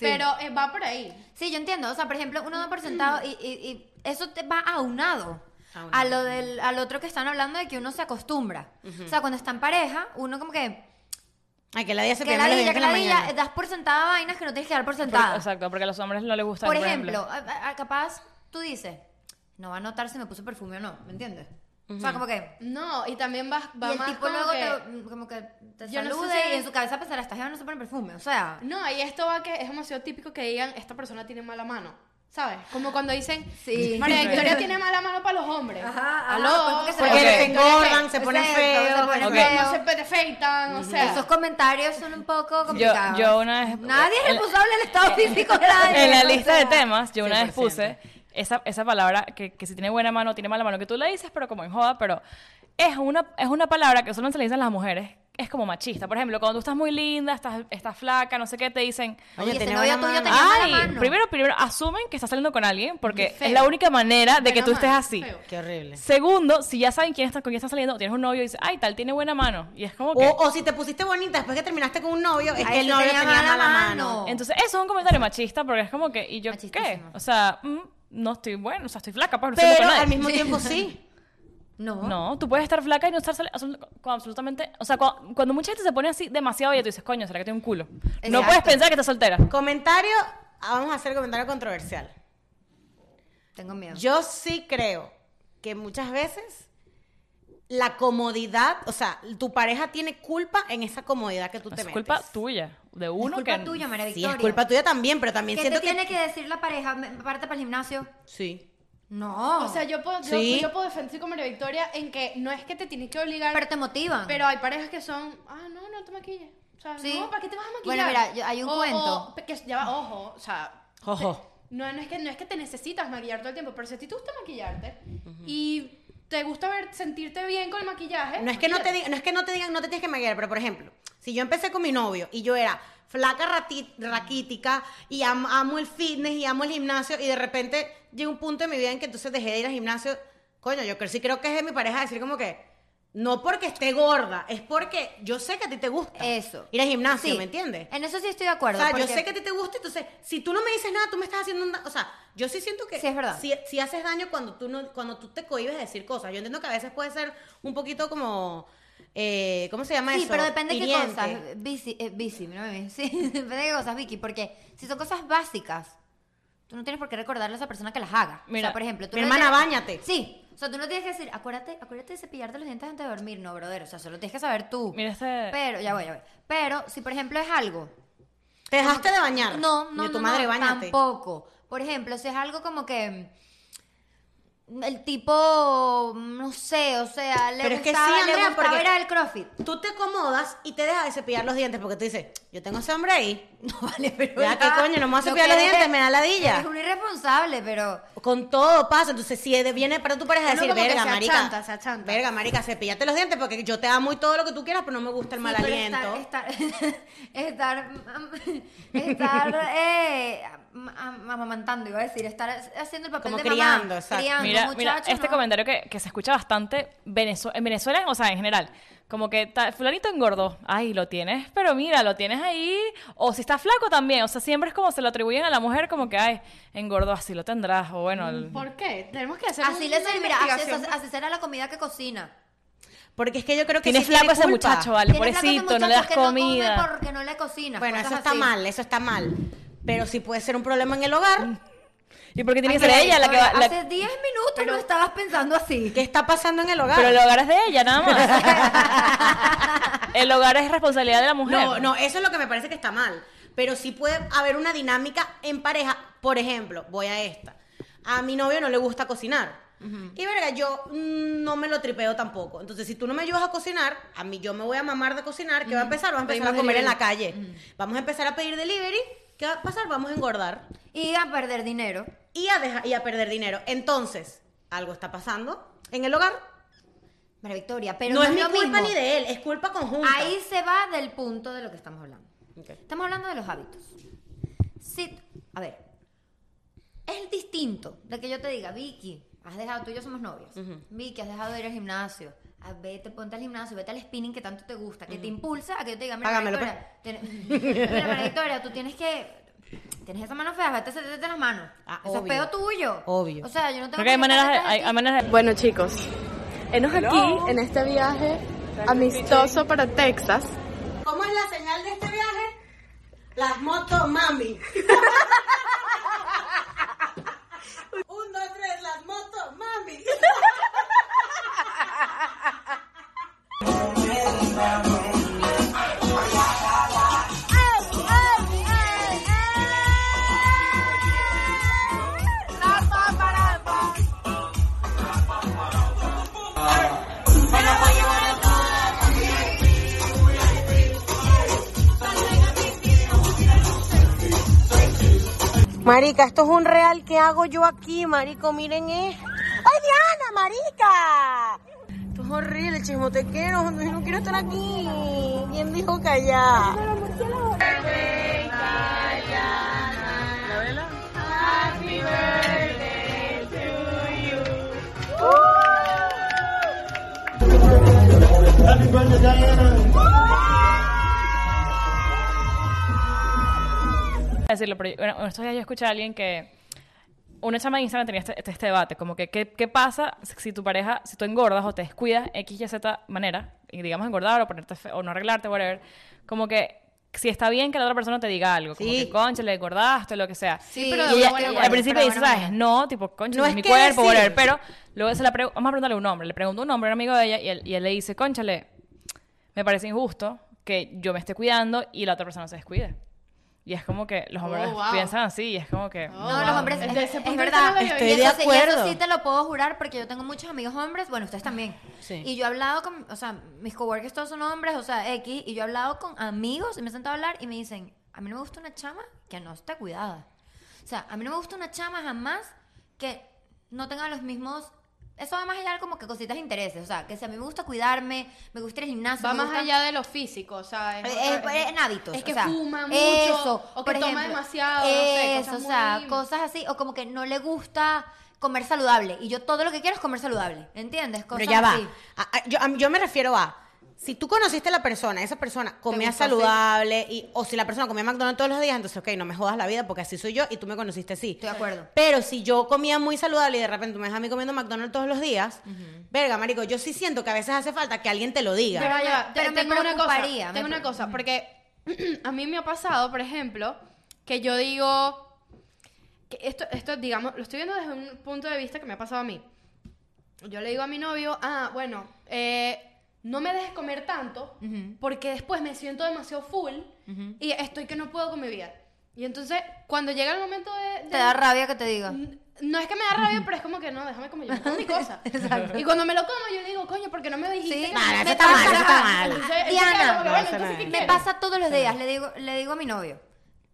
[SPEAKER 4] pero eh, va por ahí.
[SPEAKER 1] Sí, yo entiendo. O sea, por ejemplo, uno da
[SPEAKER 4] Mm.
[SPEAKER 1] por sentado y, y- y eso te va aunado.
[SPEAKER 3] Aunado.
[SPEAKER 1] A lo del, al otro que están hablando de que uno se acostumbra. O sea, cuando está en pareja, uno como que.
[SPEAKER 3] Ay, que la día se
[SPEAKER 1] Que
[SPEAKER 3] pierde
[SPEAKER 1] la
[SPEAKER 3] los
[SPEAKER 1] villa,
[SPEAKER 3] dientes
[SPEAKER 1] que
[SPEAKER 3] en la
[SPEAKER 1] la eh, villa,
[SPEAKER 3] mañana.
[SPEAKER 1] das por sentada vainas que no tienes que dar por
[SPEAKER 2] Por-
[SPEAKER 1] sentada.
[SPEAKER 2] exacto, porque a los hombres no les gusta.
[SPEAKER 1] Por ejemplo, a- a- a- capaz tú dices, no va a notar si me puse perfume o no, ¿me entiendes? O sea, como que.
[SPEAKER 4] No, y también va,
[SPEAKER 1] Y
[SPEAKER 4] va
[SPEAKER 1] el
[SPEAKER 4] más
[SPEAKER 1] tipo
[SPEAKER 4] como
[SPEAKER 1] luego
[SPEAKER 4] que-
[SPEAKER 1] te, mm, como que te
[SPEAKER 4] Yo no sé
[SPEAKER 1] salude
[SPEAKER 4] si-
[SPEAKER 1] y en su cabeza pensará, estas jevas no se ponen perfume. O sea,
[SPEAKER 4] No, y esto va que es demasiado típico que digan, esta persona tiene mala mano, ¿sabes? Como cuando dicen,
[SPEAKER 1] Sí.
[SPEAKER 4] María Victoria tiene mala mano para los hombres.
[SPEAKER 1] Ajá, ajá, pues
[SPEAKER 4] Aló,
[SPEAKER 1] porque se
[SPEAKER 3] Porque
[SPEAKER 2] Ok.
[SPEAKER 3] se
[SPEAKER 4] Victoria,
[SPEAKER 3] engordan,
[SPEAKER 4] ¿qué?
[SPEAKER 3] se ponen
[SPEAKER 1] Exacto,
[SPEAKER 3] feos.
[SPEAKER 1] se ponen
[SPEAKER 2] Ok.
[SPEAKER 1] feos.
[SPEAKER 4] No se perfectan, o sea.
[SPEAKER 1] Esos comentarios son un poco complicados.
[SPEAKER 2] yo una vez-
[SPEAKER 1] Nadie es
[SPEAKER 2] en la-
[SPEAKER 1] responsable del estado físico de nadie.
[SPEAKER 2] en la
[SPEAKER 1] o
[SPEAKER 2] lista de
[SPEAKER 1] sea.
[SPEAKER 2] temas, yo una vez
[SPEAKER 3] 100%.
[SPEAKER 2] puse esa, esa palabra que, que si tiene buena mano, tiene mala mano, que tú la dices, pero como en joda, pero es una, es una palabra que solo se le dicen a las mujeres. Es como machista. Por ejemplo, cuando tú estás muy linda, estás, estás flaca, no sé qué, te dicen.
[SPEAKER 1] Oye,
[SPEAKER 3] Oye,
[SPEAKER 1] ese
[SPEAKER 3] tenía
[SPEAKER 1] novio
[SPEAKER 3] buena
[SPEAKER 1] tuyo
[SPEAKER 3] mano.
[SPEAKER 1] tenía mala
[SPEAKER 2] Ay,
[SPEAKER 1] mano.
[SPEAKER 2] primero, primero, asumen que estás saliendo con alguien porque
[SPEAKER 4] Feo.
[SPEAKER 2] es la única manera de que
[SPEAKER 4] Buena
[SPEAKER 2] tú estés
[SPEAKER 4] mano,
[SPEAKER 2] así.
[SPEAKER 4] feo.
[SPEAKER 3] Qué horrible.
[SPEAKER 2] Segundo, si ya saben quién está, con quién estás saliendo, tienes un novio y dices, ay, tal, tiene buena mano. Y es como que...
[SPEAKER 3] O, o si te pusiste bonita después que terminaste con un novio, es
[SPEAKER 1] Ay,
[SPEAKER 3] que el
[SPEAKER 1] ese
[SPEAKER 3] novio
[SPEAKER 1] tenía
[SPEAKER 3] tenía,
[SPEAKER 1] mala
[SPEAKER 3] mala,
[SPEAKER 1] mano.
[SPEAKER 3] mano.
[SPEAKER 2] Entonces, eso es un comentario machista porque es como que, ¿y yo qué?
[SPEAKER 1] Machistísimo.
[SPEAKER 2] O sea, mm, no estoy bueno, o sea, estoy flaca, pues no estoy
[SPEAKER 3] Pero
[SPEAKER 2] con nadie.
[SPEAKER 3] al mismo tiempo sí.
[SPEAKER 1] No.
[SPEAKER 2] No, tú puedes estar flaca y no estar sali- absol- con absolutamente. O sea, cua- cuando, mucha gente se pone así demasiado y tú dices, coño, será que tiene un culo. No
[SPEAKER 1] Exacto.
[SPEAKER 2] puedes pensar que estás soltera.
[SPEAKER 3] Comentario, ah, vamos a hacer comentario controversial.
[SPEAKER 1] Tengo miedo.
[SPEAKER 3] Yo sí creo que muchas veces la comodidad, o sea, tu pareja tiene culpa en esa comodidad que tú te
[SPEAKER 2] Es
[SPEAKER 3] metes.
[SPEAKER 2] culpa tuya, de
[SPEAKER 1] es
[SPEAKER 2] uno
[SPEAKER 1] culpa
[SPEAKER 2] que.
[SPEAKER 1] tuya, María
[SPEAKER 3] Sí,
[SPEAKER 1] Victoria.
[SPEAKER 3] es culpa tuya también, pero también
[SPEAKER 1] ¿Qué
[SPEAKER 3] siento
[SPEAKER 1] te
[SPEAKER 3] que...
[SPEAKER 1] tiene que decir la pareja? Me- ¿Parte para el gimnasio?
[SPEAKER 3] Sí.
[SPEAKER 1] No.
[SPEAKER 4] O sea, yo puedo, yo,
[SPEAKER 3] Sí.
[SPEAKER 4] yo puedo defender como María Victoria en que no es que te tienes que obligar,
[SPEAKER 1] pero
[SPEAKER 4] pero,
[SPEAKER 1] te motivan.
[SPEAKER 4] hay parejas que son, ah, no, no te maquilles. O sea,
[SPEAKER 1] Sí.
[SPEAKER 4] no, ¿para qué te vas a maquillar?
[SPEAKER 1] Bueno, mira, yo- hay un
[SPEAKER 4] O-
[SPEAKER 1] cuento.
[SPEAKER 4] o- pe- que, ya va, ojo, o sea,
[SPEAKER 3] Jojo.
[SPEAKER 4] no, no, es que, no es que te necesitas maquillar todo el tiempo, pero si a ti te gusta maquillarte y te gusta ver, sentirte bien con el maquillaje.
[SPEAKER 3] No es que no te
[SPEAKER 4] maquíllate.
[SPEAKER 3] digan, no es que no te digan, no te tienes que maquillar, pero por ejemplo, si yo empecé con mi novio y yo era flaca rati- raquítica y am- amo el fitness y amo el gimnasio y de repente llega un punto en mi vida en que entonces dejé de ir al gimnasio, coño, yo cre- sí creo que es de mi pareja decir como que no porque esté gorda, es porque yo sé que a ti te gusta
[SPEAKER 1] Eso.
[SPEAKER 3] ir al gimnasio,
[SPEAKER 1] Sí.
[SPEAKER 3] ¿me entiendes?
[SPEAKER 1] En eso sí estoy de acuerdo.
[SPEAKER 3] O sea, yo
[SPEAKER 1] porque-
[SPEAKER 3] sé que a ti te gusta, entonces, si tú no me dices nada, tú me estás haciendo un da- O sea, yo sí siento que...
[SPEAKER 1] Sí, es verdad.
[SPEAKER 3] Si, si haces daño cuando tú, no, cuando tú te cohibes de decir cosas. Yo entiendo que a veces puede ser un poquito como... eh, ¿Cómo se llama
[SPEAKER 1] Sí,
[SPEAKER 3] eso?
[SPEAKER 1] pero depende de qué
[SPEAKER 3] Hiriente.
[SPEAKER 1] cosas. Bici, eh, bici, no me Sí, depende de qué cosas, Vicky. Porque si son cosas básicas, tú no tienes por qué recordarle a esa persona que las haga. o
[SPEAKER 2] Mira,
[SPEAKER 1] sea, por ejemplo, tú
[SPEAKER 3] mi
[SPEAKER 1] no
[SPEAKER 3] hermana,
[SPEAKER 1] tienes-
[SPEAKER 3] báñate.
[SPEAKER 1] Sí. O sea, tú no tienes que decir, acuérdate, acuérdate de cepillarte los dientes antes de dormir. No, brother. O sea, solo tienes que saber tú.
[SPEAKER 2] Mira este-
[SPEAKER 1] Pero, ya voy, ya voy. Pero, si por ejemplo es algo
[SPEAKER 3] Te dejaste de bañar.
[SPEAKER 1] no, no,
[SPEAKER 3] Yo, tu
[SPEAKER 1] no,
[SPEAKER 3] madre,
[SPEAKER 1] no,
[SPEAKER 3] bañate.
[SPEAKER 1] tampoco. Por ejemplo, si es algo como que mm, el tipo, no sé, o sea, le
[SPEAKER 3] Pero es que sí,
[SPEAKER 1] gustaba, le
[SPEAKER 3] Andrea,
[SPEAKER 1] gustaba
[SPEAKER 3] porque-
[SPEAKER 1] ir al CrossFit.
[SPEAKER 3] Tú te acomodas y te dejas de cepillar los dientes porque tú dices, yo tengo ese hombre ahí. No vale, pero... Ya, ¿qué coño? No me voy a cepillar los
[SPEAKER 1] quieres-
[SPEAKER 3] dientes, me da ladilla.
[SPEAKER 1] ah, Es un irresponsable, pero
[SPEAKER 3] Con todo pasa. Entonces, si de- viene para tu pareja a
[SPEAKER 4] Uno
[SPEAKER 3] decir,
[SPEAKER 4] como que
[SPEAKER 3] verga,
[SPEAKER 4] se
[SPEAKER 3] marica.
[SPEAKER 4] achanta, se achanta".
[SPEAKER 3] Verga, marica, cepillate los dientes porque yo te amo y todo lo que tú quieras, pero no me gusta el mal
[SPEAKER 1] Sí, pero
[SPEAKER 3] aliento.
[SPEAKER 1] Estar, estar, estar, estar, eh, am- am- amamantando, iba a decir, estar haciendo el papel
[SPEAKER 3] Como
[SPEAKER 1] de
[SPEAKER 3] criando,
[SPEAKER 1] mamá.
[SPEAKER 3] exacto.
[SPEAKER 1] Criando,
[SPEAKER 2] Mira, mira,
[SPEAKER 1] muchacho,
[SPEAKER 2] este
[SPEAKER 1] no.
[SPEAKER 2] comentario que, que se escucha bastante Venezu- en Venezuela, o sea, en general. Como que ta- fulanito engordó. Ay, lo tienes, pero mira, lo tienes ahí. O si está flaco también. O sea, siempre es como se lo atribuyen a la mujer, como que, ay, engordó, así lo tendrás. O bueno, el-
[SPEAKER 4] ¿Por qué? Tenemos que hacer
[SPEAKER 1] Así
[SPEAKER 4] una
[SPEAKER 1] le servirá, así,
[SPEAKER 4] investigación.
[SPEAKER 1] así será la comida que cocina.
[SPEAKER 3] Porque es que yo creo que
[SPEAKER 2] tienes
[SPEAKER 3] sí
[SPEAKER 2] flaco
[SPEAKER 3] tiene
[SPEAKER 2] ese
[SPEAKER 3] culpa.
[SPEAKER 2] muchacho, ah. vale,
[SPEAKER 1] Tiene platos de
[SPEAKER 2] pobrecito, no le das
[SPEAKER 1] muchachos que
[SPEAKER 2] comida.
[SPEAKER 1] No come porque no le cocinas.
[SPEAKER 3] Bueno,
[SPEAKER 1] cosas
[SPEAKER 3] eso está
[SPEAKER 1] así.
[SPEAKER 3] mal, eso está mal. Pero sí puede ser un problema en el
[SPEAKER 2] Mm.
[SPEAKER 3] hogar.
[SPEAKER 2] ¿Y por qué tiene
[SPEAKER 1] Ay,
[SPEAKER 2] que ser
[SPEAKER 1] pero
[SPEAKER 2] ella la que va?
[SPEAKER 1] Victoria,
[SPEAKER 2] la-
[SPEAKER 1] Hace 10 minutos no estabas pensando así.
[SPEAKER 3] ¿Qué está pasando en el hogar?
[SPEAKER 2] Pero el hogar es de ella, nada más. el hogar es responsabilidad de la mujer.
[SPEAKER 3] no, no, eso es lo que me parece que está mal. Pero sí puede haber una dinámica en pareja. Por ejemplo, voy a esta. A mi novio no le gusta cocinar. Y verga, yo mm, no me lo tripeo tampoco. Entonces, si tú no me ayudas a cocinar, a mí yo me voy a mamar de cocinar. ¿Qué va a empezar? Vamos a empezar a comer en la calle. Vamos a empezar a pedir delivery. ¿Qué va a pasar? Vamos a engordar.
[SPEAKER 1] Y a perder dinero.
[SPEAKER 3] y a, deja- y a perder dinero. Entonces, algo está pasando en el hogar.
[SPEAKER 1] Mira, Victoria, pero
[SPEAKER 3] no, es mi
[SPEAKER 1] lo
[SPEAKER 3] culpa
[SPEAKER 1] mismo.
[SPEAKER 3] ni de él, es culpa conjunta.
[SPEAKER 1] Ahí se va del punto de lo que estamos hablando.
[SPEAKER 3] Ok.
[SPEAKER 1] Estamos hablando de los hábitos. Sí, a ver, es distinto de que yo te diga, Vicky, has dejado, tú y yo somos novios. Vicky, has dejado de ir al gimnasio. Ah, vete, ponte al gimnasio, vete al spinning que tanto te gusta, que te impulsa a que yo te diga, mira,
[SPEAKER 3] Hágamelo,
[SPEAKER 1] María
[SPEAKER 2] pues".
[SPEAKER 1] Victoria, tienes- mira, María Victoria, tú tienes que... Tienes esa mano fea, vete a hacerte las manos.
[SPEAKER 3] Ah,
[SPEAKER 1] Eso
[SPEAKER 3] obvio.
[SPEAKER 1] es peo tuyo.
[SPEAKER 3] Obvio.
[SPEAKER 1] O sea, yo no tengo
[SPEAKER 2] Creo que hay
[SPEAKER 1] por qué estar
[SPEAKER 2] maneras, de-
[SPEAKER 1] detrás de
[SPEAKER 2] hay,
[SPEAKER 1] ti.
[SPEAKER 2] hay maneras de-
[SPEAKER 5] Bueno chicos, enos aquí en este viaje amistoso para Texas.
[SPEAKER 3] ¿Cómo es la señal de este viaje? Las motos, mami. Un, dos, tres, las motos, mami. Marica, esto es un real que hago yo aquí, marico, miren esto. ¡Ay, Diana, marica! Esto es horrible, chismotequero, yo no quiero estar aquí. ¿Quién dijo callar?
[SPEAKER 2] decirlo, pero yo- bueno, en estos días yo escuché a alguien que una chama de Instagram tenía este, este- este debate, como que ¿qué, qué pasa si tu pareja, si tú engordas o te descuidas X, Y, Z manera, y digamos engordar o ponerte fe- o no arreglarte, whatever, como que si está bien que la otra persona te diga algo, como
[SPEAKER 3] Sí.
[SPEAKER 2] que concha, le engordaste, lo que sea.
[SPEAKER 1] Sí,
[SPEAKER 4] pero
[SPEAKER 1] pero
[SPEAKER 4] de
[SPEAKER 2] Y
[SPEAKER 4] una
[SPEAKER 2] ella- eh,
[SPEAKER 4] buena
[SPEAKER 2] al
[SPEAKER 4] manera,
[SPEAKER 2] principio
[SPEAKER 1] pero de
[SPEAKER 2] dice,
[SPEAKER 1] buena
[SPEAKER 2] ¿sabes?
[SPEAKER 1] manera.
[SPEAKER 2] No, tipo, concha,
[SPEAKER 3] No
[SPEAKER 2] es
[SPEAKER 3] es
[SPEAKER 2] mi
[SPEAKER 3] que
[SPEAKER 2] cuerpo,
[SPEAKER 3] decir.
[SPEAKER 2] whatever. Pero luego se la pregu- vamos a preguntarle a un hombre, le preguntó un hombre, un amigo de ella, y él, y él le dice, conchale, me parece injusto que yo me esté cuidando y la otra persona se descuide. Y es como que los hombres
[SPEAKER 4] wow.
[SPEAKER 2] piensan así, y es como que...
[SPEAKER 4] Oh,
[SPEAKER 2] no.
[SPEAKER 1] No,
[SPEAKER 4] wow.
[SPEAKER 1] los hombres, es,
[SPEAKER 4] Desde ese
[SPEAKER 1] es
[SPEAKER 4] punto de vista no
[SPEAKER 1] verdad.
[SPEAKER 4] lo había
[SPEAKER 3] Estoy visto. de
[SPEAKER 1] Y eso sí- y
[SPEAKER 3] acuerdo.
[SPEAKER 1] eso sí te lo puedo jurar porque yo tengo muchos amigos hombres, bueno, ustedes también. Y yo he hablado con, o sea, mis coworkers todos son hombres, o sea, X, y yo he hablado con amigos y me he sentado a hablar y me dicen, a mí no me gusta una chama que no esté cuidada. O sea, a mí no me gusta una chama jamás que no tenga los mismos Eso va más allá de como que cositas de intereses. O sea, que si a mí me gusta cuidarme, me gusta ir al gimnasio.
[SPEAKER 4] Va
[SPEAKER 1] me
[SPEAKER 4] más
[SPEAKER 1] gusta-
[SPEAKER 4] allá de lo físico, o sea, es
[SPEAKER 1] Eh,
[SPEAKER 4] otra-
[SPEAKER 1] eh, en hábitos.
[SPEAKER 4] Es que
[SPEAKER 1] o sea,
[SPEAKER 4] fuma mucho
[SPEAKER 1] eso,
[SPEAKER 4] o que
[SPEAKER 1] por
[SPEAKER 4] toma
[SPEAKER 1] ejemplo,
[SPEAKER 4] demasiado, no sé,
[SPEAKER 1] Eso,
[SPEAKER 4] cosas
[SPEAKER 1] o sea,
[SPEAKER 4] muy-
[SPEAKER 1] cosas así. O como que no le gusta comer saludable. Y yo todo lo que quiero es comer saludable. ¿Entiendes? Cosas
[SPEAKER 3] Pero ya va.
[SPEAKER 1] así.
[SPEAKER 3] A- a- yo, a mí- yo me refiero a. Si tú conociste a la persona, esa persona comía
[SPEAKER 1] gustó, sí.
[SPEAKER 3] saludable, y, o si la persona comía McDonald's todos los días, entonces, ok, no me jodas la vida porque así soy yo y tú me conociste así.
[SPEAKER 1] Estoy de acuerdo.
[SPEAKER 3] Pero si yo comía muy saludable y de repente tú me dejas a mí comiendo McDonald's todos los días, verga, marico, yo sí siento que a veces hace falta que alguien te lo diga.
[SPEAKER 4] Pero, ya va,
[SPEAKER 1] pero
[SPEAKER 4] te-
[SPEAKER 1] me
[SPEAKER 4] tengo una cosa,
[SPEAKER 1] preocuparía, me
[SPEAKER 4] tengo una
[SPEAKER 1] preocupa-
[SPEAKER 4] cosa, porque a mí me ha pasado, por ejemplo, que yo digo que esto, esto, digamos, lo estoy viendo desde un punto de vista que me ha pasado a mí. Yo le digo a mi novio, ah, bueno, eh, no me dejes comer tanto porque después me siento demasiado full y estoy que no puedo con mi vida. Y entonces, cuando llega el momento de... de-
[SPEAKER 1] Te da rabia que te diga.
[SPEAKER 4] N- No es que me da rabia, pero es como que no, déjame comer yo me como mi cosa. Y cuando me lo como, yo digo, coño, porque no me dijiste?
[SPEAKER 1] Sí.
[SPEAKER 4] que
[SPEAKER 1] Vale, eso
[SPEAKER 4] me- me
[SPEAKER 1] está mal,
[SPEAKER 4] pasa?
[SPEAKER 1] eso
[SPEAKER 3] está mal.
[SPEAKER 4] Entonces, él se
[SPEAKER 1] Diana,
[SPEAKER 4] queda como que,
[SPEAKER 3] no,
[SPEAKER 4] bueno,
[SPEAKER 3] eso
[SPEAKER 4] entonces,
[SPEAKER 3] no
[SPEAKER 4] ¿qué
[SPEAKER 3] es.
[SPEAKER 1] Me
[SPEAKER 4] quieres?
[SPEAKER 1] pasa todos los días, le digo, le digo a mi novio,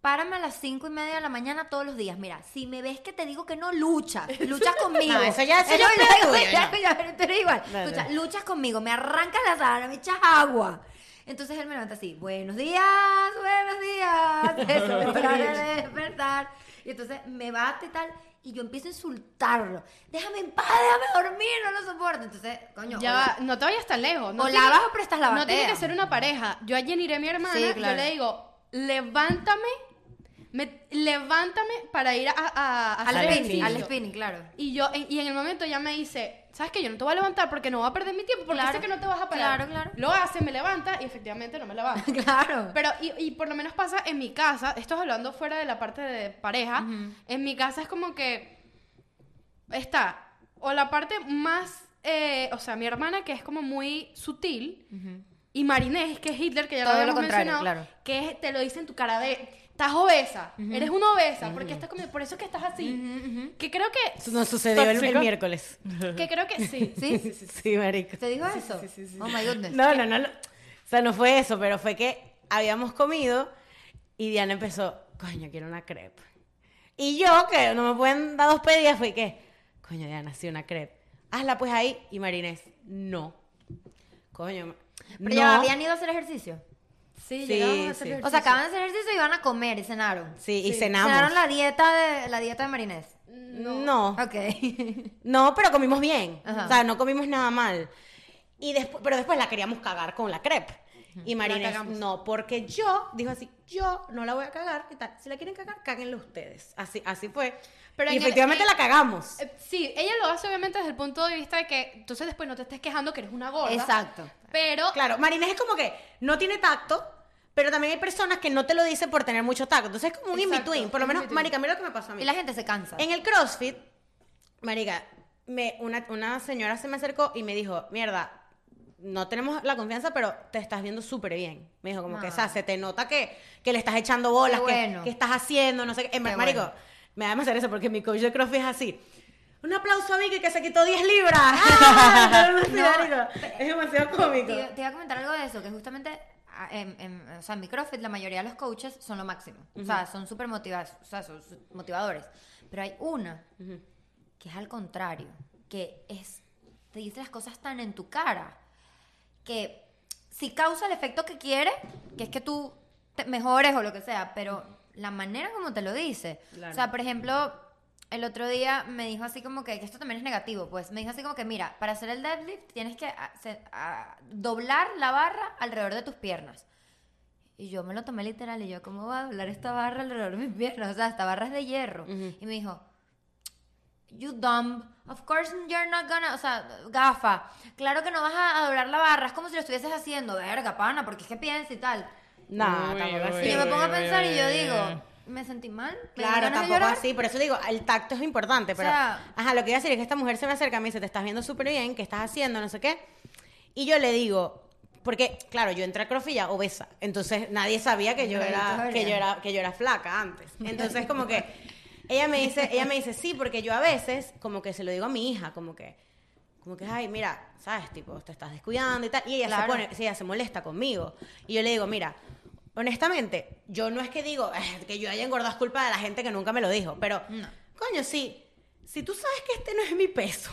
[SPEAKER 1] párame a las cinco y media de la mañana todos los días. Mira, si me ves que te digo que no, lucha, luchas conmigo.
[SPEAKER 3] No, eso ya- eso ya
[SPEAKER 1] yo
[SPEAKER 3] es
[SPEAKER 1] le digo,
[SPEAKER 3] tuyo,
[SPEAKER 1] ya,
[SPEAKER 3] ¿no?
[SPEAKER 1] ya, pero tú eres igual.
[SPEAKER 3] No,
[SPEAKER 1] Escucha,
[SPEAKER 3] no.
[SPEAKER 1] luchas conmigo, me arrancas la sábana, me echas agua. Entonces él me levanta así, buenos días, buenos días, eso me acaba de despertar. Y entonces me bate y tal, y yo empiezo a insultarlo. Déjame en paz, déjame dormir, no lo soporto. Entonces, coño,
[SPEAKER 4] Ya
[SPEAKER 1] hola.
[SPEAKER 4] va, ah, no te vayas tan lejos. No
[SPEAKER 1] O
[SPEAKER 4] tiene-
[SPEAKER 1] lavas o prestas la
[SPEAKER 4] No tiene
[SPEAKER 1] batea.
[SPEAKER 4] que ser una pareja. Yo a Jeniré, mi hermana,
[SPEAKER 1] Sí, claro.
[SPEAKER 4] yo le digo, levántame, me- levántame para ir a, a, a hacer
[SPEAKER 1] al spinning,
[SPEAKER 4] ejercicio".
[SPEAKER 1] al spinning, claro.
[SPEAKER 4] Y yo, en- y en el momento ella me dice, ¿sabes qué? Yo no te voy a levantar porque no voy a perder mi tiempo, porque
[SPEAKER 1] Claro.
[SPEAKER 4] sé que no te vas a parar.
[SPEAKER 1] Claro, claro.
[SPEAKER 4] Lo hace, me levanta y efectivamente no me levanta.
[SPEAKER 1] Claro.
[SPEAKER 4] Pero, y, y por lo menos pasa en mi casa, esto es hablando fuera de la parte de pareja, en mi casa es como que está o la parte más, eh, o sea, mi hermana que es como muy sutil, y Marinés, que es Hitler, que ya lo
[SPEAKER 1] Todo lo
[SPEAKER 4] habíamos
[SPEAKER 1] contrario,
[SPEAKER 4] mencionado,
[SPEAKER 1] claro.
[SPEAKER 4] que es- te lo dice en tu cara de, estás obesa, eres una obesa, porque estás comiendo, por eso es que estás así. Que creo que,
[SPEAKER 3] Eso nos sucedió el, el
[SPEAKER 2] Tóxico.
[SPEAKER 3] miércoles.
[SPEAKER 4] que creo que sí.
[SPEAKER 1] ¿Sí?
[SPEAKER 3] Sí, marico.
[SPEAKER 1] ¿Te dijo eso? Oh my goodness.
[SPEAKER 3] No, no, no, no. O sea, no fue eso, pero fue que habíamos comido y Diana empezó, coño, quiero una crepe. Y yo, que no me pueden dar dos pedidas, fue que, coño, Diana, sí, una crepe. Hazla pues ahí. Y Marinés, no. Coño,
[SPEAKER 1] Pero
[SPEAKER 3] no.
[SPEAKER 1] ya habían ido a hacer ejercicio.
[SPEAKER 4] Sí,
[SPEAKER 3] Sí,
[SPEAKER 4] llegamos a hacer
[SPEAKER 1] O
[SPEAKER 3] sí.
[SPEAKER 1] sea,
[SPEAKER 4] ejercicio.
[SPEAKER 1] acaban de hacer ejercicio y van a comer y cenaron.
[SPEAKER 3] Sí, y cenamos.
[SPEAKER 1] Cenaron la dieta de la dieta de Marinés.
[SPEAKER 3] No.
[SPEAKER 1] Ok.
[SPEAKER 3] No, pero comimos bien.
[SPEAKER 1] Ajá.
[SPEAKER 3] O sea, no comimos nada mal. Y después, pero después la queríamos cagar con la crepe. Y Marina,
[SPEAKER 4] cagamos.
[SPEAKER 3] no, porque yo, dijo así, yo no la voy a cagar. y tal. Si la quieren cagar, cáguenla ustedes. Así, así fue.
[SPEAKER 4] Pero
[SPEAKER 3] y
[SPEAKER 4] en el-
[SPEAKER 3] efectivamente
[SPEAKER 4] en-
[SPEAKER 3] la cagamos.
[SPEAKER 4] Eh, Sí, ella lo hace obviamente desde el punto de vista de que entonces después no te estés quejando que eres una gorda.
[SPEAKER 1] Exacto.
[SPEAKER 4] Pero
[SPEAKER 3] Claro, Marina es como que no tiene tacto, pero también hay personas que no te lo dicen por tener mucho tacto. Entonces es como un
[SPEAKER 4] Exacto,
[SPEAKER 3] in-between. Por lo
[SPEAKER 4] un
[SPEAKER 3] menos,
[SPEAKER 4] in-between.
[SPEAKER 3] Marica, mira lo que me pasó a mí.
[SPEAKER 1] Y la gente se cansa.
[SPEAKER 3] En el CrossFit, marica, me, una, una señora se me acercó y me dijo, mierda, no tenemos la confianza, pero te estás viendo súper bien. Me dijo, como que, o sea,
[SPEAKER 1] Ah.
[SPEAKER 3] se te nota que, que le estás echando bolas,
[SPEAKER 1] Qué
[SPEAKER 3] que-
[SPEAKER 1] bueno.
[SPEAKER 3] que, estás haciendo, no sé qué. En verdad,
[SPEAKER 1] Qué
[SPEAKER 3] marico,
[SPEAKER 1] bueno.
[SPEAKER 3] me da demasiado eso porque mi coach de CrossFit es así. Un aplauso a Vicky que se quitó 10 libras. ¡Ah! No, marico, es demasiado cómico.
[SPEAKER 1] Te, te iba a comentar algo de eso, que justamente ah, en, en- o sea, en microfit la mayoría de los coaches son lo máximo. O sea, son súper motivados, o sea, son su- motivadores. Pero hay una que es al contrario, que es, te dice las cosas tan en tu cara, que si causa el efecto que quiere, que es que tú te mejores o lo que sea, pero la manera como te lo dice. O sea, por ejemplo, el otro día me dijo así como que, que esto también es negativo, pues me dijo así como que, mira, para hacer el deadlift tienes que hacer- a- doblar la barra alrededor de tus piernas. Y yo me lo tomé literal y yo, ¿cómo va a doblar esta barra alrededor de mis piernas? O sea, esta barra es de hierro. Y me dijo, You dumb. Of course you're not gonna. O sea, gafa. Claro que no vas a, a doblar la barra. Es como si lo estuvieses haciendo. Verga, pana, porque es que piensa y tal.
[SPEAKER 3] Nah,
[SPEAKER 2] Uy,
[SPEAKER 3] tampoco
[SPEAKER 2] uy,
[SPEAKER 1] Y
[SPEAKER 3] así.
[SPEAKER 1] yo me pongo a
[SPEAKER 2] uy, uy,
[SPEAKER 1] pensar y yo
[SPEAKER 2] uy,
[SPEAKER 1] digo,
[SPEAKER 2] uy.
[SPEAKER 1] me sentí mal. ¿Me dieron
[SPEAKER 3] Claro,
[SPEAKER 1] ganas de
[SPEAKER 3] tampoco
[SPEAKER 1] llorar?
[SPEAKER 3] así, por eso digo, el tacto es importante, pero
[SPEAKER 1] sea-
[SPEAKER 3] ajá, lo que iba a decir es que esta mujer se me acerca y me dice, te estás viendo súper bien, ¿qué estás haciendo? No sé qué. Y yo le digo, porque, claro, yo entré a CrossFit ya obesa, entonces nadie sabía que yo
[SPEAKER 1] Ay,
[SPEAKER 3] era,
[SPEAKER 1] Victoria.
[SPEAKER 3] que yo era, que yo era flaca antes. Entonces como que ella me dice, ella me dice, sí, porque yo a veces como que se lo digo a mi hija, como que, como que, ay, mira, sabes, tipo, te estás descuidando y tal. Y ella
[SPEAKER 1] Claro.
[SPEAKER 3] se pone, sí, ella se molesta conmigo. Y yo le digo, mira, honestamente, yo no es que digo "Eh, que yo haya engordado es culpa de la gente que nunca me lo dijo, pero, coño, sí, si tú sabes que este no es mi peso,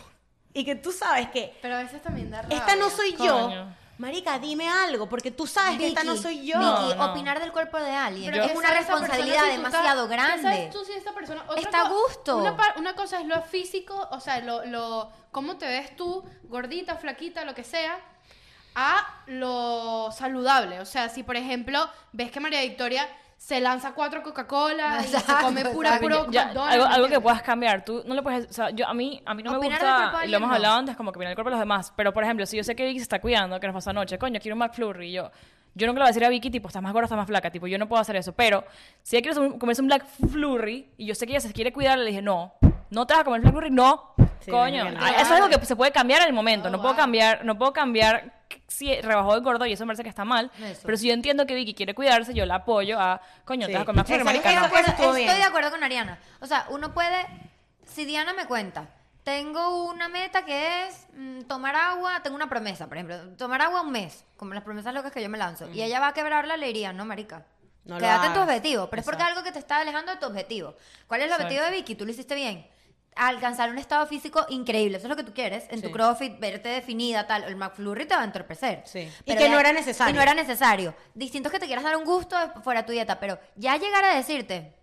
[SPEAKER 3] y que tú sabes que
[SPEAKER 4] Pero a veces también da rabia.
[SPEAKER 3] esta no soy yo,
[SPEAKER 2] Coño.
[SPEAKER 3] marica, dime algo, porque tú sabes que esta no
[SPEAKER 1] Vicky,
[SPEAKER 3] soy yo.
[SPEAKER 1] Vicky,
[SPEAKER 2] No, no.
[SPEAKER 1] opinar del cuerpo de alguien
[SPEAKER 4] Pero
[SPEAKER 1] es
[SPEAKER 4] ¿qué
[SPEAKER 1] una
[SPEAKER 4] sabe esa
[SPEAKER 1] responsabilidad
[SPEAKER 4] persona si tú
[SPEAKER 1] demasiado
[SPEAKER 4] estás- ¿qué
[SPEAKER 1] grande.
[SPEAKER 4] sabes tú si esta persona otra
[SPEAKER 1] Está a
[SPEAKER 4] co-
[SPEAKER 1] gusto.
[SPEAKER 4] Una, par- una cosa es lo físico, o sea, lo, lo cómo te ves tú, gordita, flaquita, lo que sea, a lo saludable. O sea, si por ejemplo ves que María Victoria se lanza cuatro Coca-Cola y se
[SPEAKER 1] Exacto,
[SPEAKER 4] come pura
[SPEAKER 1] exacto.
[SPEAKER 4] pro
[SPEAKER 2] Ya,
[SPEAKER 4] McDonald's,
[SPEAKER 2] algo, algo que
[SPEAKER 4] ¿entiendes?
[SPEAKER 2] puedas cambiar. Tú no le puedes. O sea, yo, a, mí, a mí no me
[SPEAKER 1] Opinar del cuerpo
[SPEAKER 2] gusta.
[SPEAKER 1] de
[SPEAKER 2] Y lo hemos
[SPEAKER 1] alguien, no.
[SPEAKER 2] hablado antes, como que opinar el cuerpo de los demás. Pero, por ejemplo, si yo sé que Vicky se está cuidando, que nos pasó anoche, coño, quiero un McFlurry. y Yo, yo nunca le voy a decir a Vicky, tipo, estás más gorda, estás más flaca. Tipo, yo no puedo hacer eso. Pero si ella quiere sum- comerse un Black Flurry y yo sé que ella se quiere cuidar, le dije, no, no te vas a comer el Black Flurry, no.
[SPEAKER 3] Sí,
[SPEAKER 2] coño.
[SPEAKER 3] no, no, no.
[SPEAKER 2] Ah, Eso es algo que se puede cambiar en el momento. no puedo cambiar, no puedo cambiar si rebajó de gordo y eso me parece que está mal.
[SPEAKER 1] Eso.
[SPEAKER 2] Pero si yo entiendo que Vicky quiere cuidarse, yo la apoyo a, coño,
[SPEAKER 3] Sí.
[SPEAKER 2] te vas a comer McFlurry,
[SPEAKER 3] Exacto,
[SPEAKER 2] marica,
[SPEAKER 3] eso
[SPEAKER 2] no.
[SPEAKER 3] fue- pues, estuvo
[SPEAKER 1] estoy
[SPEAKER 3] bien.
[SPEAKER 1] de acuerdo con Ariana. O sea, uno puede, si Diana me cuenta, tengo una meta que es mm, tomar agua, tengo una promesa, por ejemplo, tomar agua un mes, como las promesas locas que yo me lanzo, y ella va a quebrarla, le diría, no, marica.
[SPEAKER 3] No lo
[SPEAKER 1] Quédate en tu
[SPEAKER 3] hagas".
[SPEAKER 1] objetivo, pero es porque algo que te está alejando de tu objetivo. ¿Cuál es el objetivo de Vicky? Tú lo hiciste bien. Alcanzar un estado físico increíble, eso es lo que tú quieres, en tu CrossFit, verte definida, tal. El McFlurry te va a entorpecer.
[SPEAKER 3] Sí. Y
[SPEAKER 1] Pero
[SPEAKER 3] que no era necesario.
[SPEAKER 1] Y no era necesario. Distinto es que te quieras dar un gusto fuera de tu dieta, pero ya llegar a decirte,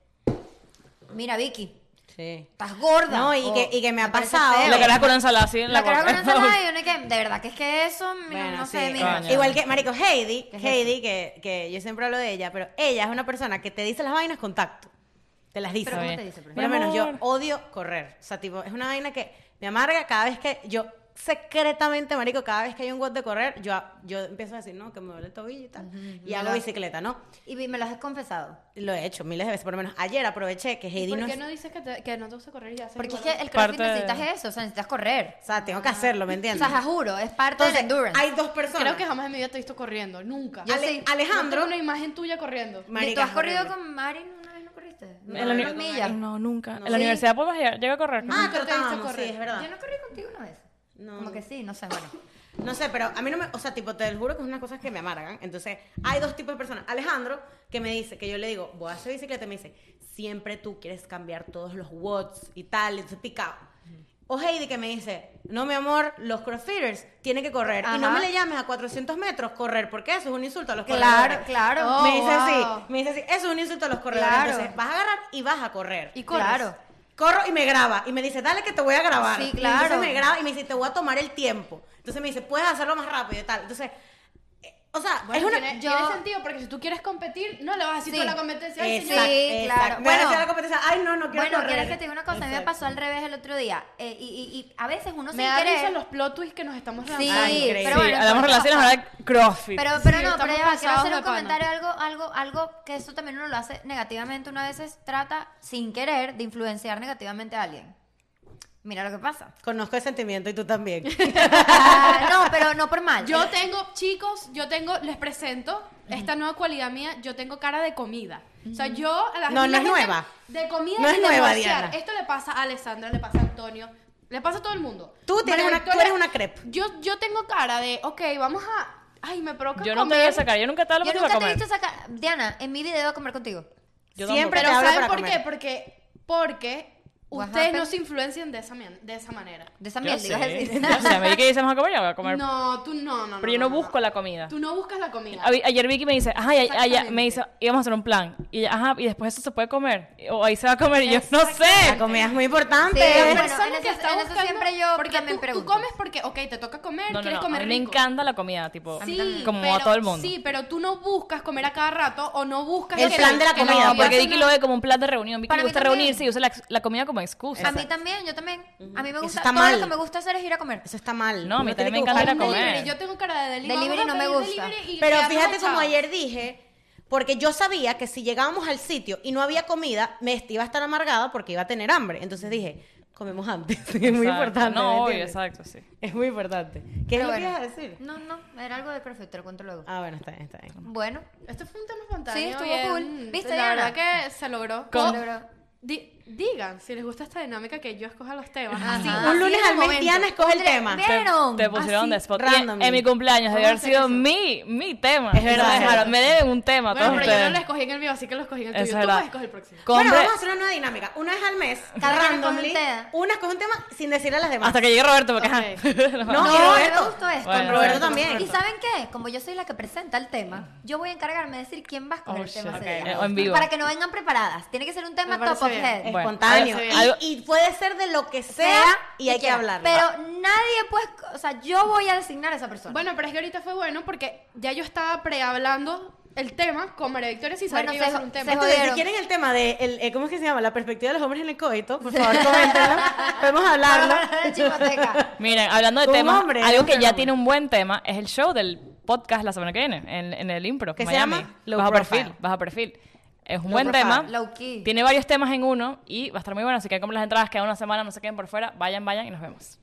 [SPEAKER 1] mira Vicky,
[SPEAKER 3] Sí.
[SPEAKER 1] estás gorda.
[SPEAKER 3] No, y
[SPEAKER 1] o,
[SPEAKER 3] que- y que me ha
[SPEAKER 1] parece
[SPEAKER 3] pasado.
[SPEAKER 1] feo.
[SPEAKER 2] La caraja con una ensalada así en la,
[SPEAKER 1] La caraja con
[SPEAKER 2] boca.
[SPEAKER 1] ensalada y uno que, de verdad que es que eso, no-
[SPEAKER 3] Bueno,
[SPEAKER 1] no
[SPEAKER 3] sí,
[SPEAKER 1] sé, mira.
[SPEAKER 2] coño.
[SPEAKER 3] Igual que, marico, Heidi,
[SPEAKER 1] ¿Qué es
[SPEAKER 3] Heidi, que, que yo siempre hablo de ella, pero ella es una persona que te dice las vainas con tacto. Te las dice.
[SPEAKER 1] Pero ¿cómo
[SPEAKER 2] bien.
[SPEAKER 1] te dice? por
[SPEAKER 3] Por lo
[SPEAKER 1] ejemplo?
[SPEAKER 3] menos yo
[SPEAKER 2] amor.
[SPEAKER 3] odio correr. O sea, tipo, es una vaina que me amarga cada vez que yo secretamente, marico, cada vez que hay un WOD de correr, yo, yo empiezo a decir, no, que me duele el tobillo y tal. Y hago
[SPEAKER 1] Ajá.
[SPEAKER 3] bicicleta, ¿no?
[SPEAKER 1] Y vi- me lo has confesado.
[SPEAKER 3] Lo he hecho miles de veces. Por lo menos ayer aproveché que Heidi
[SPEAKER 4] ¿Por
[SPEAKER 3] no...
[SPEAKER 4] qué
[SPEAKER 3] es-
[SPEAKER 4] no dices que, te- que no te gusta correr y haces
[SPEAKER 1] Porque es
[SPEAKER 4] igual?
[SPEAKER 1] que el CrossFit
[SPEAKER 2] Parte de-
[SPEAKER 1] necesitas eso, o sea, necesitas correr.
[SPEAKER 3] O sea, tengo que hacerlo,
[SPEAKER 1] Ah.
[SPEAKER 3] ¿me
[SPEAKER 1] O
[SPEAKER 3] entiendes?
[SPEAKER 1] sea, juro, es parte
[SPEAKER 3] Entonces,
[SPEAKER 1] del endurance.
[SPEAKER 3] hay dos personas.
[SPEAKER 4] Creo que jamás en mi vida te he visto corriendo, nunca.
[SPEAKER 1] Yo
[SPEAKER 3] Ale-
[SPEAKER 1] sí.
[SPEAKER 3] Alejandro...
[SPEAKER 4] No tengo una imagen tuya corriendo.
[SPEAKER 1] ¿Y
[SPEAKER 3] marica,
[SPEAKER 1] ¿Tú has
[SPEAKER 3] es
[SPEAKER 1] corrido
[SPEAKER 3] horrible.
[SPEAKER 1] con Marin una vez no corriste? No,
[SPEAKER 2] En la uni-
[SPEAKER 1] unas millas.
[SPEAKER 2] No, nunca.
[SPEAKER 1] No.
[SPEAKER 2] En la
[SPEAKER 1] Sí.
[SPEAKER 2] universidad podemos llegar, llega a
[SPEAKER 3] Ah,
[SPEAKER 2] correr.
[SPEAKER 4] Nunca te he visto
[SPEAKER 3] trotábamos, sí,
[SPEAKER 4] correr.
[SPEAKER 3] es verdad.
[SPEAKER 1] Yo no corrí contigo una vez.
[SPEAKER 3] No.
[SPEAKER 1] Como que sí, no sé, bueno.
[SPEAKER 3] No sé, pero a mí no me, o sea, tipo, te lo juro que es unas cosas que me amargan. Entonces, hay dos tipos de personas. Alejandro, que me dice, que yo le digo, voy a hacer bicicleta, y me dice, siempre tú quieres cambiar todos los watts y tal, entonces picado. O Heidi que me dice, no, mi amor, los crossfitters tienen que correr. Y no
[SPEAKER 1] Ajá.
[SPEAKER 3] me le llames a 400 metros correr, porque eso es un insulto a los
[SPEAKER 1] Claro,
[SPEAKER 3] corredores.
[SPEAKER 1] claro.
[SPEAKER 4] Oh,
[SPEAKER 3] me dice
[SPEAKER 4] wow.
[SPEAKER 3] así, me dice así, eso es un insulto a los corredores.
[SPEAKER 1] Claro.
[SPEAKER 3] Entonces, vas a agarrar y vas a correr.
[SPEAKER 4] Y corres.
[SPEAKER 1] Claro.
[SPEAKER 3] Corro y me graba. Y me dice, dale que te voy a grabar.
[SPEAKER 1] Sí,
[SPEAKER 3] Y
[SPEAKER 1] claro.
[SPEAKER 3] entonces me graba y me dice, te voy a tomar el tiempo. Entonces me dice, puedes hacerlo más rápido y tal. Entonces, eh, o sea,
[SPEAKER 4] Bueno,
[SPEAKER 3] es una...
[SPEAKER 4] tiene,
[SPEAKER 1] yo-
[SPEAKER 4] tiene sentido porque si tú quieres competir, no le vas a decir
[SPEAKER 1] Sí.
[SPEAKER 4] tú a la competencia. "Ay,
[SPEAKER 1] Sí,
[SPEAKER 4] señora,
[SPEAKER 1] sí, claro.
[SPEAKER 3] Bueno,
[SPEAKER 1] Bueno.
[SPEAKER 3] la competencia, ay, no, no quiero
[SPEAKER 1] Bueno,
[SPEAKER 3] correr.
[SPEAKER 1] ¿quieres que te diga una cosa? A mí me
[SPEAKER 3] Exacto.
[SPEAKER 1] pasó al revés el otro día. Eh, y, y- y a veces uno
[SPEAKER 4] Me
[SPEAKER 1] sin
[SPEAKER 4] da risa
[SPEAKER 1] querer...
[SPEAKER 4] los plot twists que nos estamos
[SPEAKER 1] Sí,
[SPEAKER 4] lanzando.
[SPEAKER 3] Ay, increíble.
[SPEAKER 1] pero
[SPEAKER 2] sí,
[SPEAKER 1] bueno.
[SPEAKER 2] hablamos
[SPEAKER 1] no,
[SPEAKER 2] relaciones,
[SPEAKER 1] no,
[SPEAKER 2] ahora crossfit.
[SPEAKER 1] Pero, pero
[SPEAKER 4] Sí,
[SPEAKER 1] no, pero
[SPEAKER 4] estamos
[SPEAKER 1] ya va, quiero
[SPEAKER 4] pasados
[SPEAKER 1] hacer
[SPEAKER 4] de
[SPEAKER 1] un
[SPEAKER 4] pana.
[SPEAKER 1] comentario, algo, algo, algo que eso también uno lo hace negativamente. Una vez trata, sin querer, de influenciar negativamente a alguien. Mira lo que pasa.
[SPEAKER 3] Conozco el sentimiento y tú también.
[SPEAKER 1] Ah, no, pero no por mal.
[SPEAKER 4] Yo tengo, chicos, yo tengo, les presento esta nueva cualidad mía, yo tengo cara de comida. O sea, yo a la
[SPEAKER 3] No,
[SPEAKER 4] gente-
[SPEAKER 3] no es
[SPEAKER 4] la gente-
[SPEAKER 3] nueva.
[SPEAKER 4] De comida
[SPEAKER 3] No
[SPEAKER 4] y
[SPEAKER 3] es
[SPEAKER 4] de
[SPEAKER 3] nueva,
[SPEAKER 4] morsear.
[SPEAKER 3] Diana.
[SPEAKER 4] Esto le pasa a Alessandra, le pasa a Antonio, le pasa a todo el mundo.
[SPEAKER 3] Tú tienes
[SPEAKER 4] María
[SPEAKER 3] una- tú
[SPEAKER 4] Victoria,
[SPEAKER 3] eres una crepe.
[SPEAKER 4] Yo, yo tengo cara de, ok, vamos a, ay, me provoca
[SPEAKER 2] yo no te
[SPEAKER 4] comer.
[SPEAKER 2] voy a sacar, yo nunca te hablo
[SPEAKER 1] Yo
[SPEAKER 2] para
[SPEAKER 1] nunca te he
[SPEAKER 2] comer.
[SPEAKER 1] visto sacar... Diana, en mi video a comer contigo.
[SPEAKER 2] Yo
[SPEAKER 3] Siempre
[SPEAKER 4] Pero
[SPEAKER 3] te hablo
[SPEAKER 4] ¿saben
[SPEAKER 3] para
[SPEAKER 4] por
[SPEAKER 3] comer.
[SPEAKER 4] qué? Porque, porque
[SPEAKER 1] What
[SPEAKER 4] ustedes no
[SPEAKER 1] happened?
[SPEAKER 4] se influencian de esa, man- de esa manera.
[SPEAKER 1] De esa
[SPEAKER 2] Yo
[SPEAKER 1] mierda,
[SPEAKER 2] sé,
[SPEAKER 1] ibas a decir.
[SPEAKER 2] yo sé, a mí que dice, vamos a comer, yo voy a comer.
[SPEAKER 4] No, tú no, no, no.
[SPEAKER 2] pero yo no busco
[SPEAKER 4] la
[SPEAKER 2] la comida.
[SPEAKER 4] Tú no buscas la comida.
[SPEAKER 2] A- Ayer Vicky me dice, ajá, y- y- y- me
[SPEAKER 4] Exactamente.
[SPEAKER 2] dice, íbamos a hacer un plan. Y ella, ajá, y después eso se puede comer. O ahí se va a comer. Y yo, no
[SPEAKER 3] La
[SPEAKER 2] sé.
[SPEAKER 3] comida es muy importante.
[SPEAKER 1] Sí,
[SPEAKER 2] Eh,
[SPEAKER 4] La
[SPEAKER 1] bueno,
[SPEAKER 4] persona
[SPEAKER 1] en
[SPEAKER 4] que
[SPEAKER 1] eso-
[SPEAKER 4] está
[SPEAKER 1] en eso
[SPEAKER 4] buscando-
[SPEAKER 1] siempre yo
[SPEAKER 4] porque
[SPEAKER 1] también
[SPEAKER 4] tú,
[SPEAKER 1] pregunto.
[SPEAKER 4] Tú comes porque, ok, te toca comer,
[SPEAKER 2] No, no,
[SPEAKER 4] quieres
[SPEAKER 2] no,
[SPEAKER 4] comer
[SPEAKER 2] a mí me
[SPEAKER 4] rico.
[SPEAKER 2] encanta la comida, tipo,
[SPEAKER 4] Sí,
[SPEAKER 2] como a
[SPEAKER 4] pero-
[SPEAKER 2] todo el mundo.
[SPEAKER 4] Sí, pero tú no buscas comer a cada rato o no buscas...
[SPEAKER 3] El
[SPEAKER 4] que-
[SPEAKER 3] plan de la
[SPEAKER 4] que
[SPEAKER 3] comida,
[SPEAKER 4] comida
[SPEAKER 2] Porque
[SPEAKER 4] sea
[SPEAKER 2] Vicky
[SPEAKER 4] una-
[SPEAKER 2] lo ve como un plan de reunión. Vicky
[SPEAKER 1] Para
[SPEAKER 2] le
[SPEAKER 1] mí
[SPEAKER 2] gusta
[SPEAKER 1] también.
[SPEAKER 2] reunirse y usa la, la comida como excusa.
[SPEAKER 1] A mí también, yo también. A mí me
[SPEAKER 3] Eso
[SPEAKER 1] gusta...
[SPEAKER 3] está
[SPEAKER 1] Todo
[SPEAKER 3] mal.
[SPEAKER 1] lo que me gusta hacer es ir a comer.
[SPEAKER 3] Eso está mal.
[SPEAKER 2] No, a mí
[SPEAKER 3] Uno tiene
[SPEAKER 2] también
[SPEAKER 3] que
[SPEAKER 2] me encanta ir a
[SPEAKER 3] buscar-
[SPEAKER 2] comer.
[SPEAKER 4] Delivery, Yo tengo cara de delivery.
[SPEAKER 1] Delivery
[SPEAKER 4] vamos a
[SPEAKER 1] no me
[SPEAKER 4] pedir
[SPEAKER 1] gusta.
[SPEAKER 4] delivery y
[SPEAKER 3] Pero
[SPEAKER 4] quedarnos
[SPEAKER 3] fíjate como
[SPEAKER 4] echados.
[SPEAKER 3] ayer dije, porque yo sabía que si llegábamos al sitio y no había comida, me iba a estar amargada porque iba a tener hambre. Entonces dije, comemos antes. Es muy
[SPEAKER 2] Exacto.
[SPEAKER 3] importante. ¿me
[SPEAKER 2] No, obvio,
[SPEAKER 3] entiendes?
[SPEAKER 2] exacto, sí.
[SPEAKER 3] Es muy importante. ¿Qué es
[SPEAKER 1] Pero
[SPEAKER 3] lo que
[SPEAKER 1] bueno.
[SPEAKER 3] ibas a decir?
[SPEAKER 1] No, no, era algo de CrossFit, te lo cuento luego.
[SPEAKER 3] Ah, bueno, está bien, está bien.
[SPEAKER 1] Bueno,
[SPEAKER 4] Este fue un tema espontáneo.
[SPEAKER 1] Sí, estuvo
[SPEAKER 4] bien.
[SPEAKER 1] cool. ¿Viste,
[SPEAKER 4] La
[SPEAKER 1] Diana?
[SPEAKER 4] verdad que se logró.
[SPEAKER 1] Con-
[SPEAKER 4] Di- digan si les gusta esta dinámica que yo escoja los temas.
[SPEAKER 1] Ajá.
[SPEAKER 4] Así,
[SPEAKER 1] Sí,
[SPEAKER 2] Ah,
[SPEAKER 4] así
[SPEAKER 3] un lunes
[SPEAKER 4] en el
[SPEAKER 3] al mes
[SPEAKER 4] momento.
[SPEAKER 3] Diana escoge el
[SPEAKER 1] Andrea,
[SPEAKER 3] tema.
[SPEAKER 1] ve- Pero,
[SPEAKER 2] Te pusieron
[SPEAKER 1] así,
[SPEAKER 2] de spot. Y En,
[SPEAKER 3] random.
[SPEAKER 2] en mi cumpleaños debió haber
[SPEAKER 4] Vamos a
[SPEAKER 2] sido
[SPEAKER 4] hacer
[SPEAKER 2] mi, mi tema.
[SPEAKER 3] Es
[SPEAKER 2] No
[SPEAKER 3] verdad.
[SPEAKER 2] Me, dejaron, me deben un tema a
[SPEAKER 4] Bueno,
[SPEAKER 2] todos
[SPEAKER 4] pero yo no lo
[SPEAKER 2] ustedes.
[SPEAKER 4] escogí en el mío, así que lo escogí en el
[SPEAKER 2] Eso
[SPEAKER 4] tuyo.
[SPEAKER 2] es
[SPEAKER 4] Tú
[SPEAKER 2] verdad.
[SPEAKER 4] puedes escoger el próximo.
[SPEAKER 2] Compre-
[SPEAKER 3] Bueno, vamos a hacer una nueva dinámica. Una vez al mes,
[SPEAKER 1] Cada una
[SPEAKER 3] randomly,
[SPEAKER 1] escoge un tema.
[SPEAKER 3] una escoge un tema sin decirle a las demás.
[SPEAKER 2] Hasta que llegue Roberto, porque ajá.
[SPEAKER 3] No,
[SPEAKER 1] No,
[SPEAKER 3] y
[SPEAKER 1] no
[SPEAKER 3] Roberto.
[SPEAKER 1] me gustó esto.
[SPEAKER 2] Bueno,
[SPEAKER 1] no.
[SPEAKER 3] Roberto también.
[SPEAKER 1] ¿Y saben qué? Como yo soy la que presenta el tema, yo voy a encargarme de decir quién va a escoger
[SPEAKER 2] Oh,
[SPEAKER 1] el tema
[SPEAKER 2] shit.
[SPEAKER 1] ese
[SPEAKER 2] Ok,
[SPEAKER 1] día.
[SPEAKER 2] eh, en vivo.
[SPEAKER 1] Para que no vengan preparadas. Tiene que ser un tema
[SPEAKER 4] Me
[SPEAKER 1] top
[SPEAKER 4] parece
[SPEAKER 1] of
[SPEAKER 4] bien.
[SPEAKER 1] head.
[SPEAKER 2] Bueno,
[SPEAKER 3] espontáneo.
[SPEAKER 4] algo-
[SPEAKER 3] Y-
[SPEAKER 2] algo-
[SPEAKER 3] y, puede ser de lo que sea, y hay que
[SPEAKER 1] quiera.
[SPEAKER 3] hablar.
[SPEAKER 1] Pero nadie puede. O sea, yo voy a designar a esa persona.
[SPEAKER 4] Bueno, pero es que ahorita fue bueno porque ya yo estaba prehablando el tema con María Victoria sin saber
[SPEAKER 1] Bueno,
[SPEAKER 4] que iba a
[SPEAKER 1] se
[SPEAKER 4] ser
[SPEAKER 1] jo-
[SPEAKER 4] un
[SPEAKER 1] se
[SPEAKER 4] tema.
[SPEAKER 1] jo-
[SPEAKER 3] Entonces, si
[SPEAKER 1] jodieron.
[SPEAKER 3] quieren el tema Este de, el, eh, ¿cómo es que se llama? La perspectiva de los hombres en el coito, por favor, coméntenlo. Podemos hablarlo.
[SPEAKER 1] Chicoteca.
[SPEAKER 2] Miren, hablando de
[SPEAKER 3] Un
[SPEAKER 2] temas,
[SPEAKER 3] hombre,
[SPEAKER 2] algo
[SPEAKER 3] un
[SPEAKER 2] que ya
[SPEAKER 3] fenómeno.
[SPEAKER 2] tiene un buen tema es el show del podcast la semana que viene, en, en el impro.
[SPEAKER 3] ¿Qué se
[SPEAKER 2] Miami.
[SPEAKER 3] llama? Low
[SPEAKER 2] bajo
[SPEAKER 3] Profile.
[SPEAKER 2] perfil, bajo perfil. Es un
[SPEAKER 3] Low
[SPEAKER 2] buen
[SPEAKER 3] Profile.
[SPEAKER 2] tema.
[SPEAKER 1] Low key.
[SPEAKER 2] Tiene varios temas en uno y va a estar muy bueno, así que como las entradas quedan una semana, no se queden por fuera, vayan, vayan y nos vemos.